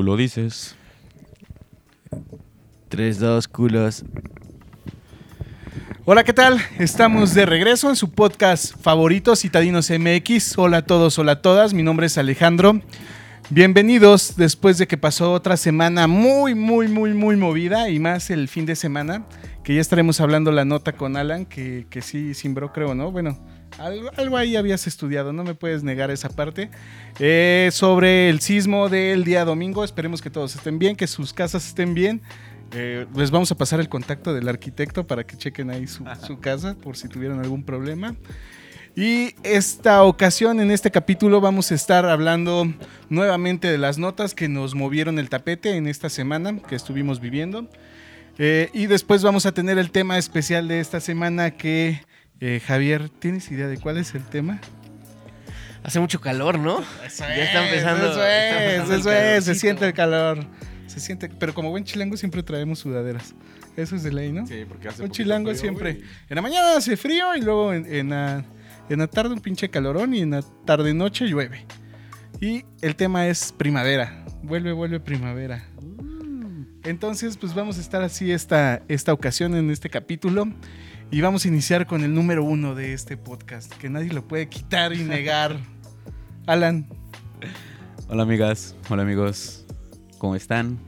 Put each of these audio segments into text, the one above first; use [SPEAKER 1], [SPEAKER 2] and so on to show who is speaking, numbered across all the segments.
[SPEAKER 1] lo dices.
[SPEAKER 2] 3, 2, culos.
[SPEAKER 3] Hola, ¿qué tal? Estamos de regreso en su podcast favorito, Citadinos MX. Hola a todos, hola a todas. Mi nombre es Alejandro. Bienvenidos después de que pasó otra semana muy, muy, muy, muy movida y más el fin de semana, que ya estaremos hablando la nota con Alan, que, que sí simbró, creo, ¿no? Bueno, algo, algo ahí habías estudiado, no me puedes negar esa parte. Eh, sobre el sismo del día domingo, esperemos que todos estén bien, que sus casas estén bien. Eh, les vamos a pasar el contacto del arquitecto para que chequen ahí su, su casa por si tuvieran algún problema. Y esta ocasión, en este capítulo, vamos a estar hablando nuevamente de las notas que nos movieron el tapete en esta semana que estuvimos viviendo. Eh, y después vamos a tener el tema especial de esta semana que, eh, Javier, ¿tienes idea de cuál es el tema?
[SPEAKER 2] Hace mucho calor, ¿no? ya está
[SPEAKER 3] es,
[SPEAKER 2] empezando.
[SPEAKER 3] Eso
[SPEAKER 2] está
[SPEAKER 3] es,
[SPEAKER 2] empezando el
[SPEAKER 3] eso es, se
[SPEAKER 2] calorcito.
[SPEAKER 3] siente el calor. Se siente, pero como buen chilango siempre traemos sudaderas. Eso es de ley, ¿no?
[SPEAKER 4] Sí, porque hace
[SPEAKER 3] Un
[SPEAKER 4] poquito
[SPEAKER 3] chilango
[SPEAKER 4] frío,
[SPEAKER 3] siempre.
[SPEAKER 4] güey.
[SPEAKER 3] En la mañana hace frío y luego en, en la, en la tarde un pinche calorón y en la tarde noche llueve. Y el tema es primavera. Vuelve, vuelve primavera. Entonces, pues vamos a estar así esta, esta ocasión en este capítulo. Y vamos a iniciar con el número uno de este podcast, que nadie lo puede quitar y negar. Alan,
[SPEAKER 1] Hola amigas, hola amigos, ¿cómo están?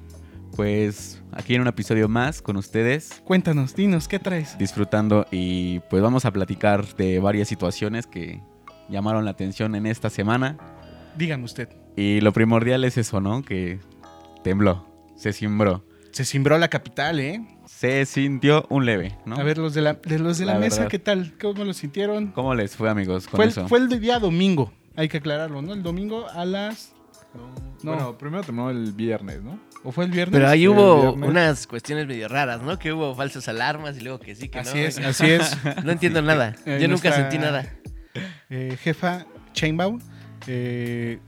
[SPEAKER 1] Pues aquí en un episodio más con ustedes,
[SPEAKER 3] cuéntanos, dinos, ¿qué traes?
[SPEAKER 1] disfrutando y pues vamos a platicar de varias situaciones que llamaron la atención en esta semana.
[SPEAKER 3] Dígame usted.
[SPEAKER 1] Y lo primordial es eso, ¿no? Que tembló, se cimbró,
[SPEAKER 3] Se cimbró la capital, ¿eh?
[SPEAKER 1] se sintió un leve, ¿no?
[SPEAKER 3] A ver, los de la, de los de la,
[SPEAKER 1] La
[SPEAKER 3] mesa,
[SPEAKER 1] verdad.
[SPEAKER 3] ¿qué tal? ¿Cómo lo sintieron?
[SPEAKER 1] ¿Cómo les fue amigos con
[SPEAKER 3] Fue el,
[SPEAKER 1] eso?
[SPEAKER 3] fue el día domingo, hay que aclararlo, ¿no? El domingo a las... No.
[SPEAKER 4] Bueno, primero terminó el viernes, ¿no?
[SPEAKER 3] ¿O fue el viernes?
[SPEAKER 2] Pero ahí
[SPEAKER 4] el
[SPEAKER 2] hubo
[SPEAKER 4] viernes.
[SPEAKER 2] unas cuestiones medio raras, ¿no? Que hubo falsas alarmas y luego que sí, que
[SPEAKER 3] así
[SPEAKER 2] no.
[SPEAKER 3] es, así es.
[SPEAKER 2] No entiendo nada.
[SPEAKER 3] Eh,
[SPEAKER 2] Yo nunca
[SPEAKER 3] nuestra-
[SPEAKER 2] sentí nada.
[SPEAKER 3] Eh, jefa Chainbaum, eh,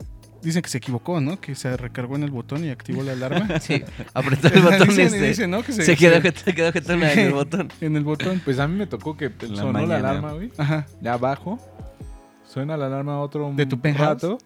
[SPEAKER 3] dicen que se equivocó, ¿no? Que se recargó en el botón y activó la alarma.
[SPEAKER 2] Sí, apretó el botón
[SPEAKER 3] Dicen-
[SPEAKER 2] este.
[SPEAKER 3] dicen, ¿no? Que
[SPEAKER 2] se,
[SPEAKER 3] se,
[SPEAKER 2] quedó,
[SPEAKER 3] se-
[SPEAKER 2] se quedó jetona en el botón.
[SPEAKER 3] en el botón.
[SPEAKER 4] Pues a mí me tocó que sonó
[SPEAKER 1] mañana.
[SPEAKER 4] la alarma, güey.
[SPEAKER 3] Ajá.
[SPEAKER 4] Ya abajo. Suena la alarma otro
[SPEAKER 3] ¿De tu penthouse?
[SPEAKER 4] rato.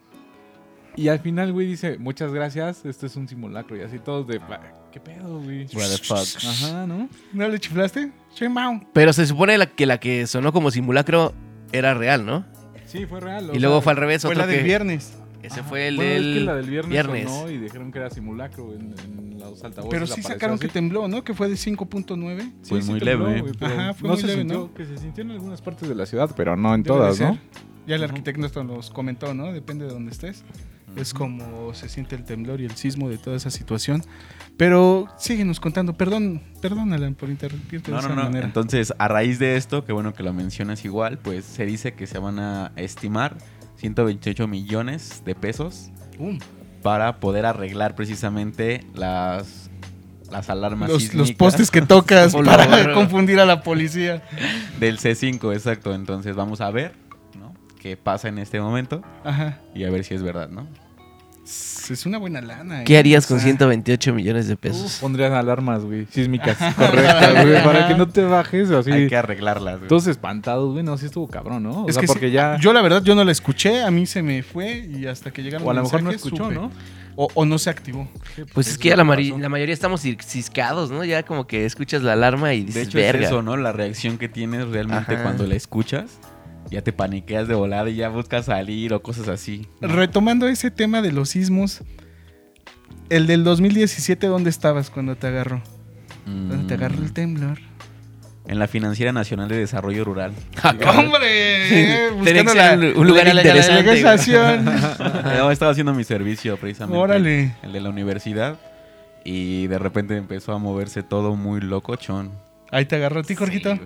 [SPEAKER 4] Y al final, güey, dice, muchas gracias, esto es un simulacro. Y así todos de, "Ah, ¿qué pedo, güey?
[SPEAKER 1] What the fuck.
[SPEAKER 4] Ajá, ¿no?
[SPEAKER 3] ¿No le chiflaste? Chainbaum.
[SPEAKER 2] Pero se supone la- que la que sonó como simulacro era real, ¿no?
[SPEAKER 4] Sí, fue real.
[SPEAKER 2] Y luego fue al revés,
[SPEAKER 3] Fue
[SPEAKER 2] otro
[SPEAKER 3] la del
[SPEAKER 2] que-
[SPEAKER 3] viernes.
[SPEAKER 2] Ese fue el
[SPEAKER 4] bueno, es
[SPEAKER 2] del,
[SPEAKER 4] que la del viernes,
[SPEAKER 2] viernes.
[SPEAKER 4] sonó y dijeron que era simulacro en, en los altavoces.
[SPEAKER 3] Pero sí
[SPEAKER 4] apareció
[SPEAKER 3] sacaron que
[SPEAKER 4] así.
[SPEAKER 3] tembló, ¿no? Que fue de 5.9.
[SPEAKER 1] Fue muy leve.
[SPEAKER 4] pero
[SPEAKER 3] Ajá, fue
[SPEAKER 4] no
[SPEAKER 3] muy
[SPEAKER 4] se
[SPEAKER 3] leve,
[SPEAKER 4] sintió,
[SPEAKER 3] ¿no?
[SPEAKER 4] Que se sintió en algunas partes de la ciudad, pero no en
[SPEAKER 3] Debe de
[SPEAKER 4] todas,
[SPEAKER 3] ser.
[SPEAKER 4] ¿no?
[SPEAKER 3] Ya el arquitecto nos comentó, ¿no? Depende de donde estés. Es como se siente el temblor y el sismo de toda esa situación. Pero síguenos contando. Perdón, perdón, Alan, por interrumpirte
[SPEAKER 1] No,
[SPEAKER 3] de
[SPEAKER 1] no,
[SPEAKER 3] esa
[SPEAKER 1] no.
[SPEAKER 3] manera.
[SPEAKER 1] Entonces, a raíz de esto, que bueno que lo mencionas igual, pues se dice que se van a estimar 128 millones de pesos
[SPEAKER 3] Um,
[SPEAKER 1] para poder arreglar precisamente las, las alarmas
[SPEAKER 3] los, los
[SPEAKER 1] sísmicas
[SPEAKER 3] postes que tocas
[SPEAKER 2] Por
[SPEAKER 3] para
[SPEAKER 2] favor.
[SPEAKER 3] confundir a la policía.
[SPEAKER 1] del C5, exacto. Entonces, vamos a ver ¿no? qué pasa en este momento
[SPEAKER 3] Ajá.
[SPEAKER 1] y a ver si es verdad, ¿no?
[SPEAKER 3] Es una buena lana.
[SPEAKER 2] ¿Qué
[SPEAKER 3] ¿eh?
[SPEAKER 2] harías con
[SPEAKER 3] O sea,
[SPEAKER 2] 128 millones de pesos?
[SPEAKER 4] Pondrían alarmas, güey, sísmicas, correctas, güey, para que no te bajes o
[SPEAKER 1] Hay
[SPEAKER 4] así.
[SPEAKER 1] que arreglarlas. güey.
[SPEAKER 4] Todos espantados, güey, no, sí estuvo cabrón, ¿no? O
[SPEAKER 3] Es
[SPEAKER 4] sea,
[SPEAKER 3] que sí,
[SPEAKER 4] porque ya...
[SPEAKER 3] Yo la verdad, yo no la escuché, a mí se me fue y hasta que llegaron
[SPEAKER 4] o a lo
[SPEAKER 3] los
[SPEAKER 4] mejor no
[SPEAKER 3] mensajes,
[SPEAKER 4] escuchó,
[SPEAKER 3] supe.
[SPEAKER 4] ¿no?
[SPEAKER 3] O, o no se activó.
[SPEAKER 2] Pues es que ya la, mari- la mayoría estamos cis- ciscados, ¿no? Ya como que escuchas la alarma y dices,
[SPEAKER 1] De hecho,
[SPEAKER 2] verga.
[SPEAKER 1] es eso, ¿no? La reacción que tienes realmente
[SPEAKER 2] Ajá.
[SPEAKER 1] cuando la escuchas. Ya te paniqueas de volada y ya buscas salir o cosas así. ¿no?
[SPEAKER 3] Retomando ese tema de los sismos, el del 2017, ¿dónde estabas cuando te agarró? Cuando te agarró el
[SPEAKER 1] Mm.
[SPEAKER 3] temblor.
[SPEAKER 1] En la Financiera Nacional de Desarrollo Rural.
[SPEAKER 2] Ah, cabrón.
[SPEAKER 3] ¡Hombre!
[SPEAKER 2] Tenía que
[SPEAKER 3] Buscando
[SPEAKER 2] ser
[SPEAKER 3] la,
[SPEAKER 2] un- un lugar
[SPEAKER 3] la- la- la
[SPEAKER 2] interesante, güey.
[SPEAKER 3] negociación.
[SPEAKER 1] Yo estaba haciendo mi servicio precisamente.
[SPEAKER 3] Órale.
[SPEAKER 1] El de la universidad. Y de repente empezó a moverse todo muy locochón.
[SPEAKER 3] Ahí te agarró a ti, Jorgito.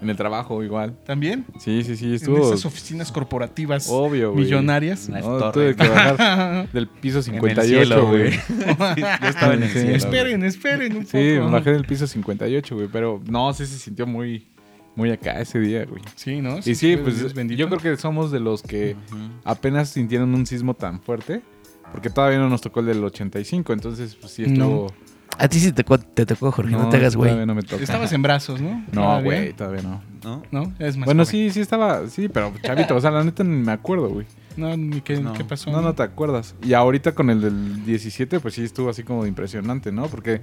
[SPEAKER 4] En el trabajo, igual.
[SPEAKER 3] ¿También?
[SPEAKER 4] Sí, sí, sí,
[SPEAKER 3] En
[SPEAKER 4] estuvo
[SPEAKER 3] esas oficinas corporativas
[SPEAKER 4] obvio, güey.
[SPEAKER 3] millonarias. Ah,
[SPEAKER 1] Las
[SPEAKER 4] No,
[SPEAKER 1] torres.
[SPEAKER 4] tuve que bajar del piso
[SPEAKER 1] En el cielo,
[SPEAKER 4] 58, güey.
[SPEAKER 1] Yo estaba en el
[SPEAKER 4] Sí.
[SPEAKER 1] cielo. güey.
[SPEAKER 3] esperen, esperen un
[SPEAKER 4] Sí, me
[SPEAKER 3] poco.
[SPEAKER 4] bajé del piso 58, güey, pero no, sí se sintió muy, muy acá ese día, güey.
[SPEAKER 3] Sí, ¿no?
[SPEAKER 4] Y sí,
[SPEAKER 3] fue
[SPEAKER 4] pues
[SPEAKER 3] Dios bendito.
[SPEAKER 4] yo creo que somos de los que
[SPEAKER 1] Ujú.
[SPEAKER 4] apenas sintieron un sismo tan fuerte, porque todavía no nos tocó el del 85, entonces pues sí
[SPEAKER 3] No.
[SPEAKER 4] estuvo
[SPEAKER 2] A ti sí te, co- te tocó, Jorge, no, te hagas, güey.
[SPEAKER 4] todavía no me toca.
[SPEAKER 3] Estabas en brazos, ¿no?
[SPEAKER 4] No,
[SPEAKER 3] Todavía.
[SPEAKER 4] güey, todavía no.
[SPEAKER 1] ¿no?
[SPEAKER 3] ¿No? Es más
[SPEAKER 4] Bueno,
[SPEAKER 3] joven.
[SPEAKER 4] sí, sí estaba, sí, pero chavito, o sea, la neta ni me acuerdo, güey.
[SPEAKER 3] No, ni qué,
[SPEAKER 1] No.
[SPEAKER 3] qué pasó.
[SPEAKER 4] No, no te acuerdas. Y ahorita con el del 17, pues sí estuvo así como de impresionante, ¿no? Porque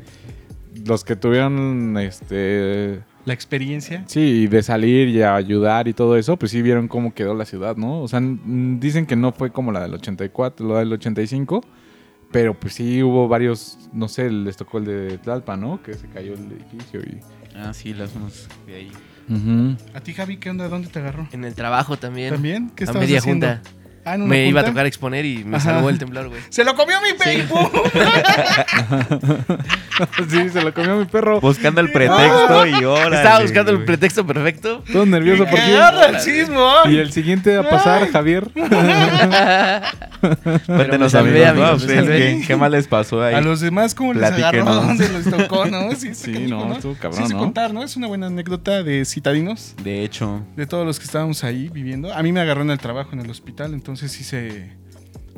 [SPEAKER 4] los que tuvieron, este,
[SPEAKER 3] La experiencia.
[SPEAKER 4] sí, de salir y a ayudar y todo eso, pues sí vieron cómo quedó la ciudad, ¿no? O sea, n- dicen que no fue como la del 84, la del 85, pero pues sí hubo varios, no sé, les tocó el de Tlalpan, ¿no? Que se cayó el edificio y...
[SPEAKER 1] Ah, sí, las unos de ahí.
[SPEAKER 3] ¿A ti, Javi, qué onda? ¿Dónde te agarró?
[SPEAKER 2] En el trabajo también.
[SPEAKER 3] ¿También? ¿Qué
[SPEAKER 2] a
[SPEAKER 3] estabas
[SPEAKER 2] media
[SPEAKER 3] haciendo?
[SPEAKER 2] junta.
[SPEAKER 3] Ah, ¿en
[SPEAKER 2] Me
[SPEAKER 3] una
[SPEAKER 2] iba a
[SPEAKER 3] junta?
[SPEAKER 2] tocar exponer y me
[SPEAKER 3] Ajá.
[SPEAKER 2] salvó el temblor, güey.
[SPEAKER 3] ¡Se lo comió mi Facebook!
[SPEAKER 4] sí, se lo comió mi perro.
[SPEAKER 1] Buscando
[SPEAKER 3] Ah.
[SPEAKER 1] el pretexto y ahora.
[SPEAKER 2] Estaba buscando el pretexto perfecto.
[SPEAKER 4] Todo nervioso
[SPEAKER 3] ¡Que
[SPEAKER 4] porque...
[SPEAKER 3] agarra el sismo!
[SPEAKER 4] Y el siguiente a pasar, Javier.
[SPEAKER 1] Cuéntenos,
[SPEAKER 2] Pero me salvé,
[SPEAKER 1] amigos, ¿no? pues,
[SPEAKER 2] amigos,
[SPEAKER 1] ¿A
[SPEAKER 2] me
[SPEAKER 1] ustedes
[SPEAKER 2] salvé.
[SPEAKER 1] ¿qué, qué mal les pasó ahí?
[SPEAKER 3] A los demás, ¿cómo les agarró?
[SPEAKER 1] Platíquenos.
[SPEAKER 3] ¿Dónde los tocó, no? Sí, está
[SPEAKER 4] Sí,
[SPEAKER 3] canijo,
[SPEAKER 4] no, estuvo cabrón,
[SPEAKER 3] Sí, es de
[SPEAKER 4] ¿no?
[SPEAKER 3] contar, ¿no? Es una buena anécdota de citadinos.
[SPEAKER 1] De hecho,
[SPEAKER 3] de todos los que estábamos ahí viviendo. A mí me agarró en el trabajo, en el hospital, entonces sí se...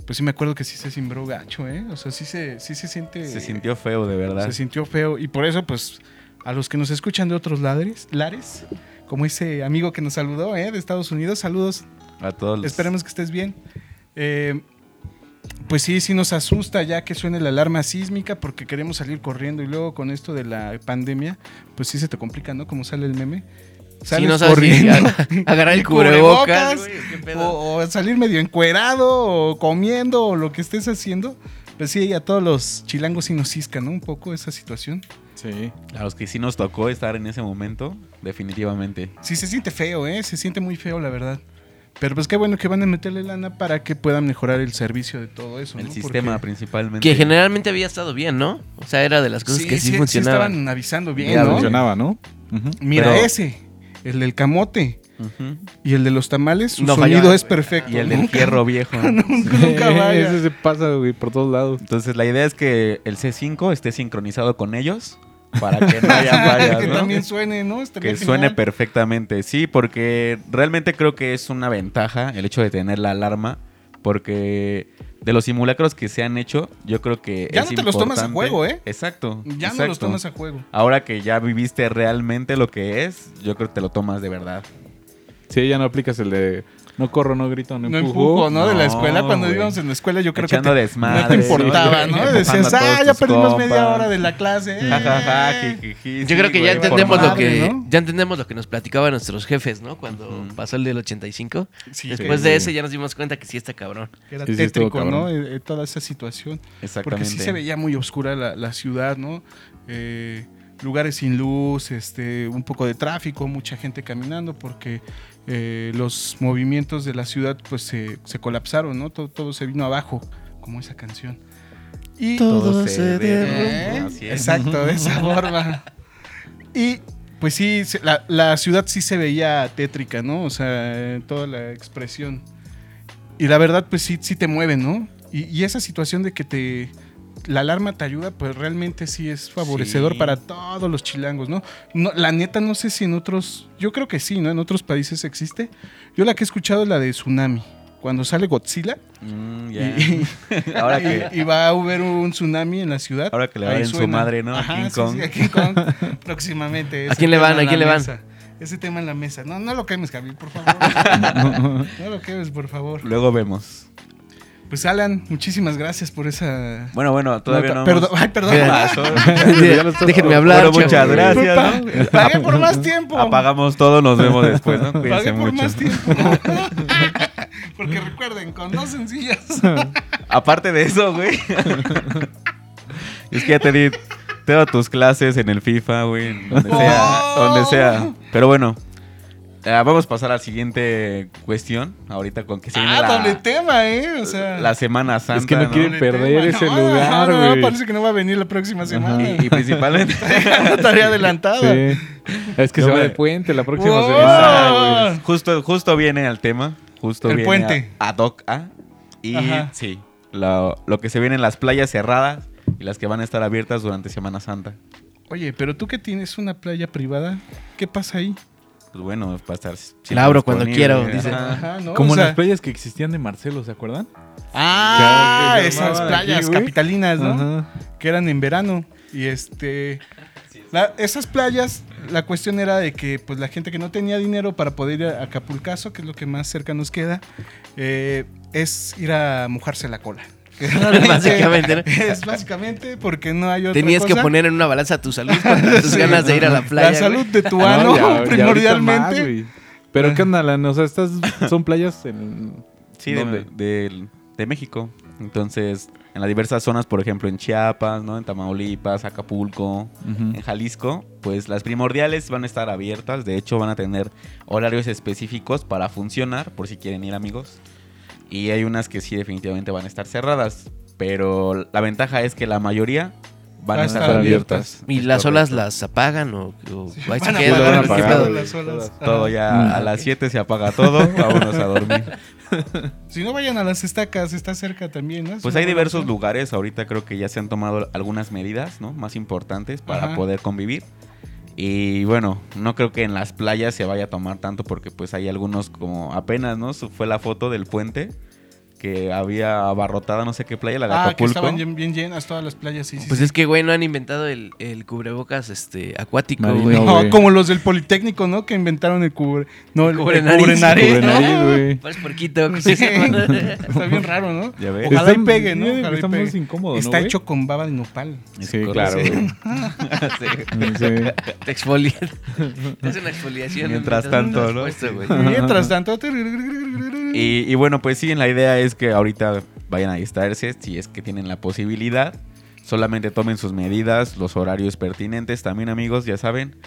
[SPEAKER 3] Pues sí me acuerdo que sí se cimbró gacho, ¿eh? O sea, sí se, sí se siente...
[SPEAKER 1] se sintió feo, de verdad.
[SPEAKER 3] Se sintió feo. Y por eso, pues, a los que nos escuchan de otros lares, lares como ese amigo que nos saludó, ¿eh? De Estados Unidos, saludos.
[SPEAKER 1] A todos. los-
[SPEAKER 3] Esperemos que estés bien. Eh, pues sí, sí nos asusta ya que suene la alarma sísmica porque queremos salir corriendo y luego con esto de la pandemia, pues sí se te complica, ¿no? Como sale el meme.
[SPEAKER 2] Si
[SPEAKER 3] Sales
[SPEAKER 2] no sabes si
[SPEAKER 3] corriendo.
[SPEAKER 2] ag- agarrar
[SPEAKER 3] Y
[SPEAKER 2] el
[SPEAKER 3] cubrebocas, Oh.
[SPEAKER 2] cubrebocas, güey, qué pedo.
[SPEAKER 3] o, o salir medio encuerado, o comiendo, o lo que estés haciendo. Pues sí, a todos los chilangos sí nos cisca, ¿no? Un poco esa situación.
[SPEAKER 4] Sí.
[SPEAKER 1] A los que sí nos tocó estar en ese momento, definitivamente.
[SPEAKER 3] Sí, se siente feo, ¿eh? Se siente muy feo, la verdad. Pero pues qué bueno que van a meterle lana para que puedan mejorar el servicio de todo eso.
[SPEAKER 1] El
[SPEAKER 3] ¿no?
[SPEAKER 1] sistema
[SPEAKER 3] Porque-
[SPEAKER 1] principalmente.
[SPEAKER 2] Que generalmente había estado bien, ¿no? O sea, era de las cosas que sí, funcionaban.
[SPEAKER 3] estaban avisando bien,
[SPEAKER 2] Ya
[SPEAKER 3] ¿no?
[SPEAKER 4] funcionaba, ¿no? Ujú.
[SPEAKER 3] Mira
[SPEAKER 1] Pero-
[SPEAKER 3] ese, el del camote
[SPEAKER 1] Ujú.
[SPEAKER 3] y el de los tamales, su
[SPEAKER 2] No
[SPEAKER 3] sonido
[SPEAKER 2] fallaba,
[SPEAKER 3] es
[SPEAKER 2] güey.
[SPEAKER 3] perfecto.
[SPEAKER 1] Y el del
[SPEAKER 3] Nunca-
[SPEAKER 1] fierro viejo.
[SPEAKER 3] Nunca vaya.
[SPEAKER 4] Ese se pasa, güey, por todos lados.
[SPEAKER 1] Entonces la idea es que el C5 esté sincronizado con ellos para que no haya fallas,
[SPEAKER 3] que
[SPEAKER 1] ¿no?
[SPEAKER 3] también suene, ¿no? Estaría
[SPEAKER 1] Que suene
[SPEAKER 3] genial.
[SPEAKER 1] perfectamente, sí, porque realmente creo que es una ventaja el hecho de tener la alarma, porque de los simulacros que se han hecho, yo creo que...
[SPEAKER 3] Ya
[SPEAKER 1] es
[SPEAKER 3] no te los tomas a
[SPEAKER 1] importante-
[SPEAKER 3] juego, ¿eh?
[SPEAKER 1] Exacto.
[SPEAKER 3] Ya no los
[SPEAKER 1] exacto.
[SPEAKER 3] tomas a juego.
[SPEAKER 1] Ahora que ya viviste realmente lo que es, yo creo que te lo tomas de verdad.
[SPEAKER 4] Sí, ya no aplicas el de no corro, no grito, no,
[SPEAKER 3] No
[SPEAKER 4] empujo.
[SPEAKER 3] empujo, ¿no? De la
[SPEAKER 1] No,
[SPEAKER 3] escuela, cuando
[SPEAKER 1] güey.
[SPEAKER 3] íbamos en la escuela, yo creo
[SPEAKER 1] Echando
[SPEAKER 3] que te,
[SPEAKER 1] desmadre,
[SPEAKER 3] no te importaba,
[SPEAKER 1] sí,
[SPEAKER 3] ¿no?
[SPEAKER 1] empujando
[SPEAKER 3] Decías,
[SPEAKER 1] a
[SPEAKER 3] ah,
[SPEAKER 1] todos
[SPEAKER 3] ya
[SPEAKER 1] tus
[SPEAKER 3] perdimos media
[SPEAKER 1] compas".
[SPEAKER 3] hora de la clase.
[SPEAKER 1] Ja, ja, ja,
[SPEAKER 3] eh".
[SPEAKER 1] jijiji,
[SPEAKER 2] Yo creo
[SPEAKER 1] sí,
[SPEAKER 2] que ya
[SPEAKER 1] güey,
[SPEAKER 2] entendemos lo
[SPEAKER 1] formado.
[SPEAKER 2] que
[SPEAKER 3] Madre, ¿no?
[SPEAKER 2] ya entendemos lo que nos platicaban nuestros jefes, ¿no? Cuando pasó el del 85.
[SPEAKER 3] Sí,
[SPEAKER 2] Después
[SPEAKER 4] sí.
[SPEAKER 2] de ese ya nos dimos cuenta que sí está cabrón.
[SPEAKER 3] que era
[SPEAKER 4] Sí, sí, estuvo
[SPEAKER 3] tétrico, ¿no?
[SPEAKER 4] cabrón.
[SPEAKER 3] Eh, eh, toda esa situación. Porque
[SPEAKER 1] Exactamente.
[SPEAKER 3] sí se veía muy oscura la, la ciudad, ¿no? Eh, lugares sin luz, este, un poco de tráfico, mucha gente caminando, porque eh, los movimientos de la ciudad pues se, se colapsaron, ¿no? Todo, todo se vino abajo, como esa canción. Y
[SPEAKER 1] Todo se
[SPEAKER 3] ¿Eh?
[SPEAKER 1] derrumbó. Así es.
[SPEAKER 3] Exacto, de esa forma. Y pues sí, se- la, la ciudad sí se veía tétrica, ¿no? O sea, eh, toda la expresión. Y la verdad, pues sí, sí te mueve, ¿no? Y, y esa situación de que te la alarma te ayuda, pues realmente sí es favorecedor
[SPEAKER 1] Sí.
[SPEAKER 3] para todos los chilangos, ¿no? ¿no? La neta, no sé si en otros, yo creo que sí, ¿no? En otros países existe. Yo la que he escuchado es la de tsunami. Cuando sale Godzilla
[SPEAKER 1] Mm, ya.
[SPEAKER 3] y,
[SPEAKER 1] Ahora
[SPEAKER 3] y-
[SPEAKER 1] que
[SPEAKER 3] y va a haber un tsunami en la ciudad.
[SPEAKER 1] Ahora que le
[SPEAKER 3] ahí
[SPEAKER 1] vayan su
[SPEAKER 3] suena.
[SPEAKER 1] madre, ¿no? A
[SPEAKER 3] Ajá,
[SPEAKER 1] King
[SPEAKER 3] sí,
[SPEAKER 1] Kong.
[SPEAKER 3] sí, a King Kong próximamente.
[SPEAKER 2] ¿A
[SPEAKER 3] Ese
[SPEAKER 2] quién le
[SPEAKER 3] tema
[SPEAKER 2] van?
[SPEAKER 3] en
[SPEAKER 2] ¿A quién
[SPEAKER 3] la
[SPEAKER 2] le van?
[SPEAKER 3] mesa. Ese tema en la mesa. No, no lo quemes, Javier, por favor. no lo quemes, por favor.
[SPEAKER 1] luego vemos.
[SPEAKER 3] Pues Alan, muchísimas gracias por esa...
[SPEAKER 1] Bueno, bueno, todavía
[SPEAKER 3] nota.
[SPEAKER 1] no.
[SPEAKER 3] Perdón,
[SPEAKER 1] hemos-
[SPEAKER 3] ay, perdón. Ah,
[SPEAKER 1] Pasó.
[SPEAKER 2] Déjenme hablar.
[SPEAKER 1] Bueno, muchas
[SPEAKER 2] chavos.
[SPEAKER 1] gracias.
[SPEAKER 3] Disculpa,
[SPEAKER 1] ¿no?
[SPEAKER 3] Pagué por más tiempo.
[SPEAKER 1] Apagamos todo, nos vemos después, ¿no?
[SPEAKER 3] Pagué
[SPEAKER 1] Cuídense
[SPEAKER 3] por
[SPEAKER 1] mucho.
[SPEAKER 3] más tiempo. Porque recuerden, con dos sencillas.
[SPEAKER 1] Aparte de eso, güey. es que ya te di todas tus clases en el FIFA, güey. en Donde sea,
[SPEAKER 3] Oh.
[SPEAKER 1] donde sea. Pero bueno, eh, vamos a pasar a la siguiente cuestión. Ahorita con que se viene
[SPEAKER 3] Ah,
[SPEAKER 1] la,
[SPEAKER 3] doble tema, ¿eh. O sea...
[SPEAKER 1] la Semana Santa.
[SPEAKER 4] Es que no quieren
[SPEAKER 3] doble
[SPEAKER 4] perder ese
[SPEAKER 3] No,
[SPEAKER 4] lugar,
[SPEAKER 3] no, no,
[SPEAKER 4] güey.
[SPEAKER 3] parece que no va a venir la próxima semana.
[SPEAKER 1] Y, y principalmente.
[SPEAKER 3] Tarea adelantada.
[SPEAKER 4] Sí. Es que
[SPEAKER 1] Yo
[SPEAKER 4] se va
[SPEAKER 1] me-
[SPEAKER 4] de puente la próxima
[SPEAKER 3] Wow.
[SPEAKER 4] semana, güey.
[SPEAKER 3] Ah.
[SPEAKER 1] justo, justo viene al tema. Justo
[SPEAKER 3] El
[SPEAKER 1] viene
[SPEAKER 3] puente.
[SPEAKER 1] a- ad hoc a. Y
[SPEAKER 3] Ajá.
[SPEAKER 1] sí, lo, lo que se viene en las playas cerradas y las que van a estar abiertas durante Semana Santa.
[SPEAKER 3] Oye, pero tú que tienes una playa privada, ¿qué pasa ahí?
[SPEAKER 1] Pues bueno, va a estar. siempre
[SPEAKER 2] La abro cuando
[SPEAKER 1] disponible.
[SPEAKER 2] quiero, dice.
[SPEAKER 1] Ajá.
[SPEAKER 3] ¿no?
[SPEAKER 4] Como
[SPEAKER 3] O sea-
[SPEAKER 4] las playas que existían de Marcelo, ¿se acuerdan?
[SPEAKER 3] Ah,
[SPEAKER 4] Ya, que se
[SPEAKER 3] esas
[SPEAKER 4] llamaban
[SPEAKER 3] playas
[SPEAKER 4] aquí, güey.
[SPEAKER 3] capitalinas, ¿no?
[SPEAKER 4] Ajá.
[SPEAKER 3] Que eran en verano. Y este. la- esas playas, la cuestión era de que pues la gente que no tenía dinero para poder ir a Acapulcazo, que es lo que más cerca nos queda, eh, es ir a mojarse la cola. Que realmente
[SPEAKER 2] Básicamente, ¿no?
[SPEAKER 3] Es básicamente porque no hay otra
[SPEAKER 2] Tenías que
[SPEAKER 3] cosa.
[SPEAKER 2] poner en una balanza tu salud contra tus
[SPEAKER 3] Sí,
[SPEAKER 2] ganas de ir a la playa.
[SPEAKER 3] La
[SPEAKER 2] güey.
[SPEAKER 3] salud de tu
[SPEAKER 4] Ah,
[SPEAKER 3] ano,
[SPEAKER 4] No, ya- ya ahorita más,
[SPEAKER 3] primordialmente.
[SPEAKER 4] güey. Pero qué onda, Alan? o sea, estas son playas en
[SPEAKER 1] Sí, de,
[SPEAKER 4] ¿Dónde?
[SPEAKER 1] del- de México. Entonces, en las diversas zonas, por ejemplo, en Chiapas, ¿no? En Tamaulipas, Acapulco, en Jalisco, pues las primordiales van a estar abiertas. De hecho, van a tener horarios específicos para funcionar, por si quieren ir, amigos. Y hay unas que sí definitivamente van a estar cerradas. Pero la ventaja es que la mayoría van a estar abiertas.
[SPEAKER 2] ¿Y
[SPEAKER 1] Es
[SPEAKER 2] las
[SPEAKER 1] correcto.
[SPEAKER 2] olas las apagan o, o ahí se
[SPEAKER 3] Van
[SPEAKER 2] quedan?
[SPEAKER 3] a
[SPEAKER 4] apagar,
[SPEAKER 2] ¿Qué
[SPEAKER 3] volar
[SPEAKER 4] apagar,
[SPEAKER 2] pedo?
[SPEAKER 4] güey.
[SPEAKER 3] las olas.
[SPEAKER 1] Todo
[SPEAKER 3] Ajá.
[SPEAKER 1] ya
[SPEAKER 2] Ah,
[SPEAKER 1] a las 7 se apaga todo. Vámonos a dormir.
[SPEAKER 3] Si no vayan a las estacas, está cerca también, ¿no? Es
[SPEAKER 1] Pues
[SPEAKER 3] una
[SPEAKER 1] hay
[SPEAKER 3] buena
[SPEAKER 1] diversos
[SPEAKER 3] opción.
[SPEAKER 1] lugares, ahorita creo que ya se han tomado algunas medidas, ¿no? Más importantes para
[SPEAKER 3] Ajá.
[SPEAKER 1] poder convivir. Y bueno, no creo que en las playas se vaya a tomar tanto porque pues hay algunos como apenas, ¿no? Su- Fue la foto del puente que había abarrotada no sé qué playa, la de
[SPEAKER 3] Ah, que
[SPEAKER 1] Acapulco.
[SPEAKER 3] estaban bien, bien llenas todas las playas, sí, sí,
[SPEAKER 2] Pues
[SPEAKER 3] sí.
[SPEAKER 2] es que, güey, no han inventado el, el cubrebocas este, acuático,
[SPEAKER 4] Marino,
[SPEAKER 2] güey.
[SPEAKER 4] No,
[SPEAKER 3] No,
[SPEAKER 4] güey.
[SPEAKER 3] como los del Politécnico, ¿no? Que inventaron el cubre... No, el
[SPEAKER 2] Cubre
[SPEAKER 3] el
[SPEAKER 2] nariz.
[SPEAKER 3] cubre nariz,
[SPEAKER 4] Cubre
[SPEAKER 3] ¿no?
[SPEAKER 4] nariz, güey.
[SPEAKER 2] Pues porquito.
[SPEAKER 3] Sí. Está bien raro, ¿no?
[SPEAKER 1] Ya ves.
[SPEAKER 3] Ojalá
[SPEAKER 4] Está-
[SPEAKER 3] y pegue, ¿no?
[SPEAKER 4] yo digo
[SPEAKER 3] Ojalá
[SPEAKER 4] que
[SPEAKER 3] y
[SPEAKER 4] está
[SPEAKER 3] pegue.
[SPEAKER 4] más incómodo,
[SPEAKER 3] Está
[SPEAKER 4] ¿no,
[SPEAKER 3] hecho con baba de nopal.
[SPEAKER 1] Es
[SPEAKER 4] Sí,
[SPEAKER 1] correcto.
[SPEAKER 4] claro, güey. Sí.
[SPEAKER 2] Te exfolian. Te hacen una exfoliación.
[SPEAKER 1] Mientras tanto,
[SPEAKER 2] te lo
[SPEAKER 1] ¿no?
[SPEAKER 2] has puesto, güey.
[SPEAKER 3] Mientras tanto...
[SPEAKER 1] Y, y bueno, pues sí, la idea es que ahorita vayan a distraerse si es que tienen la posibilidad. Solamente tomen sus medidas, los horarios pertinentes también, amigos, ya saben.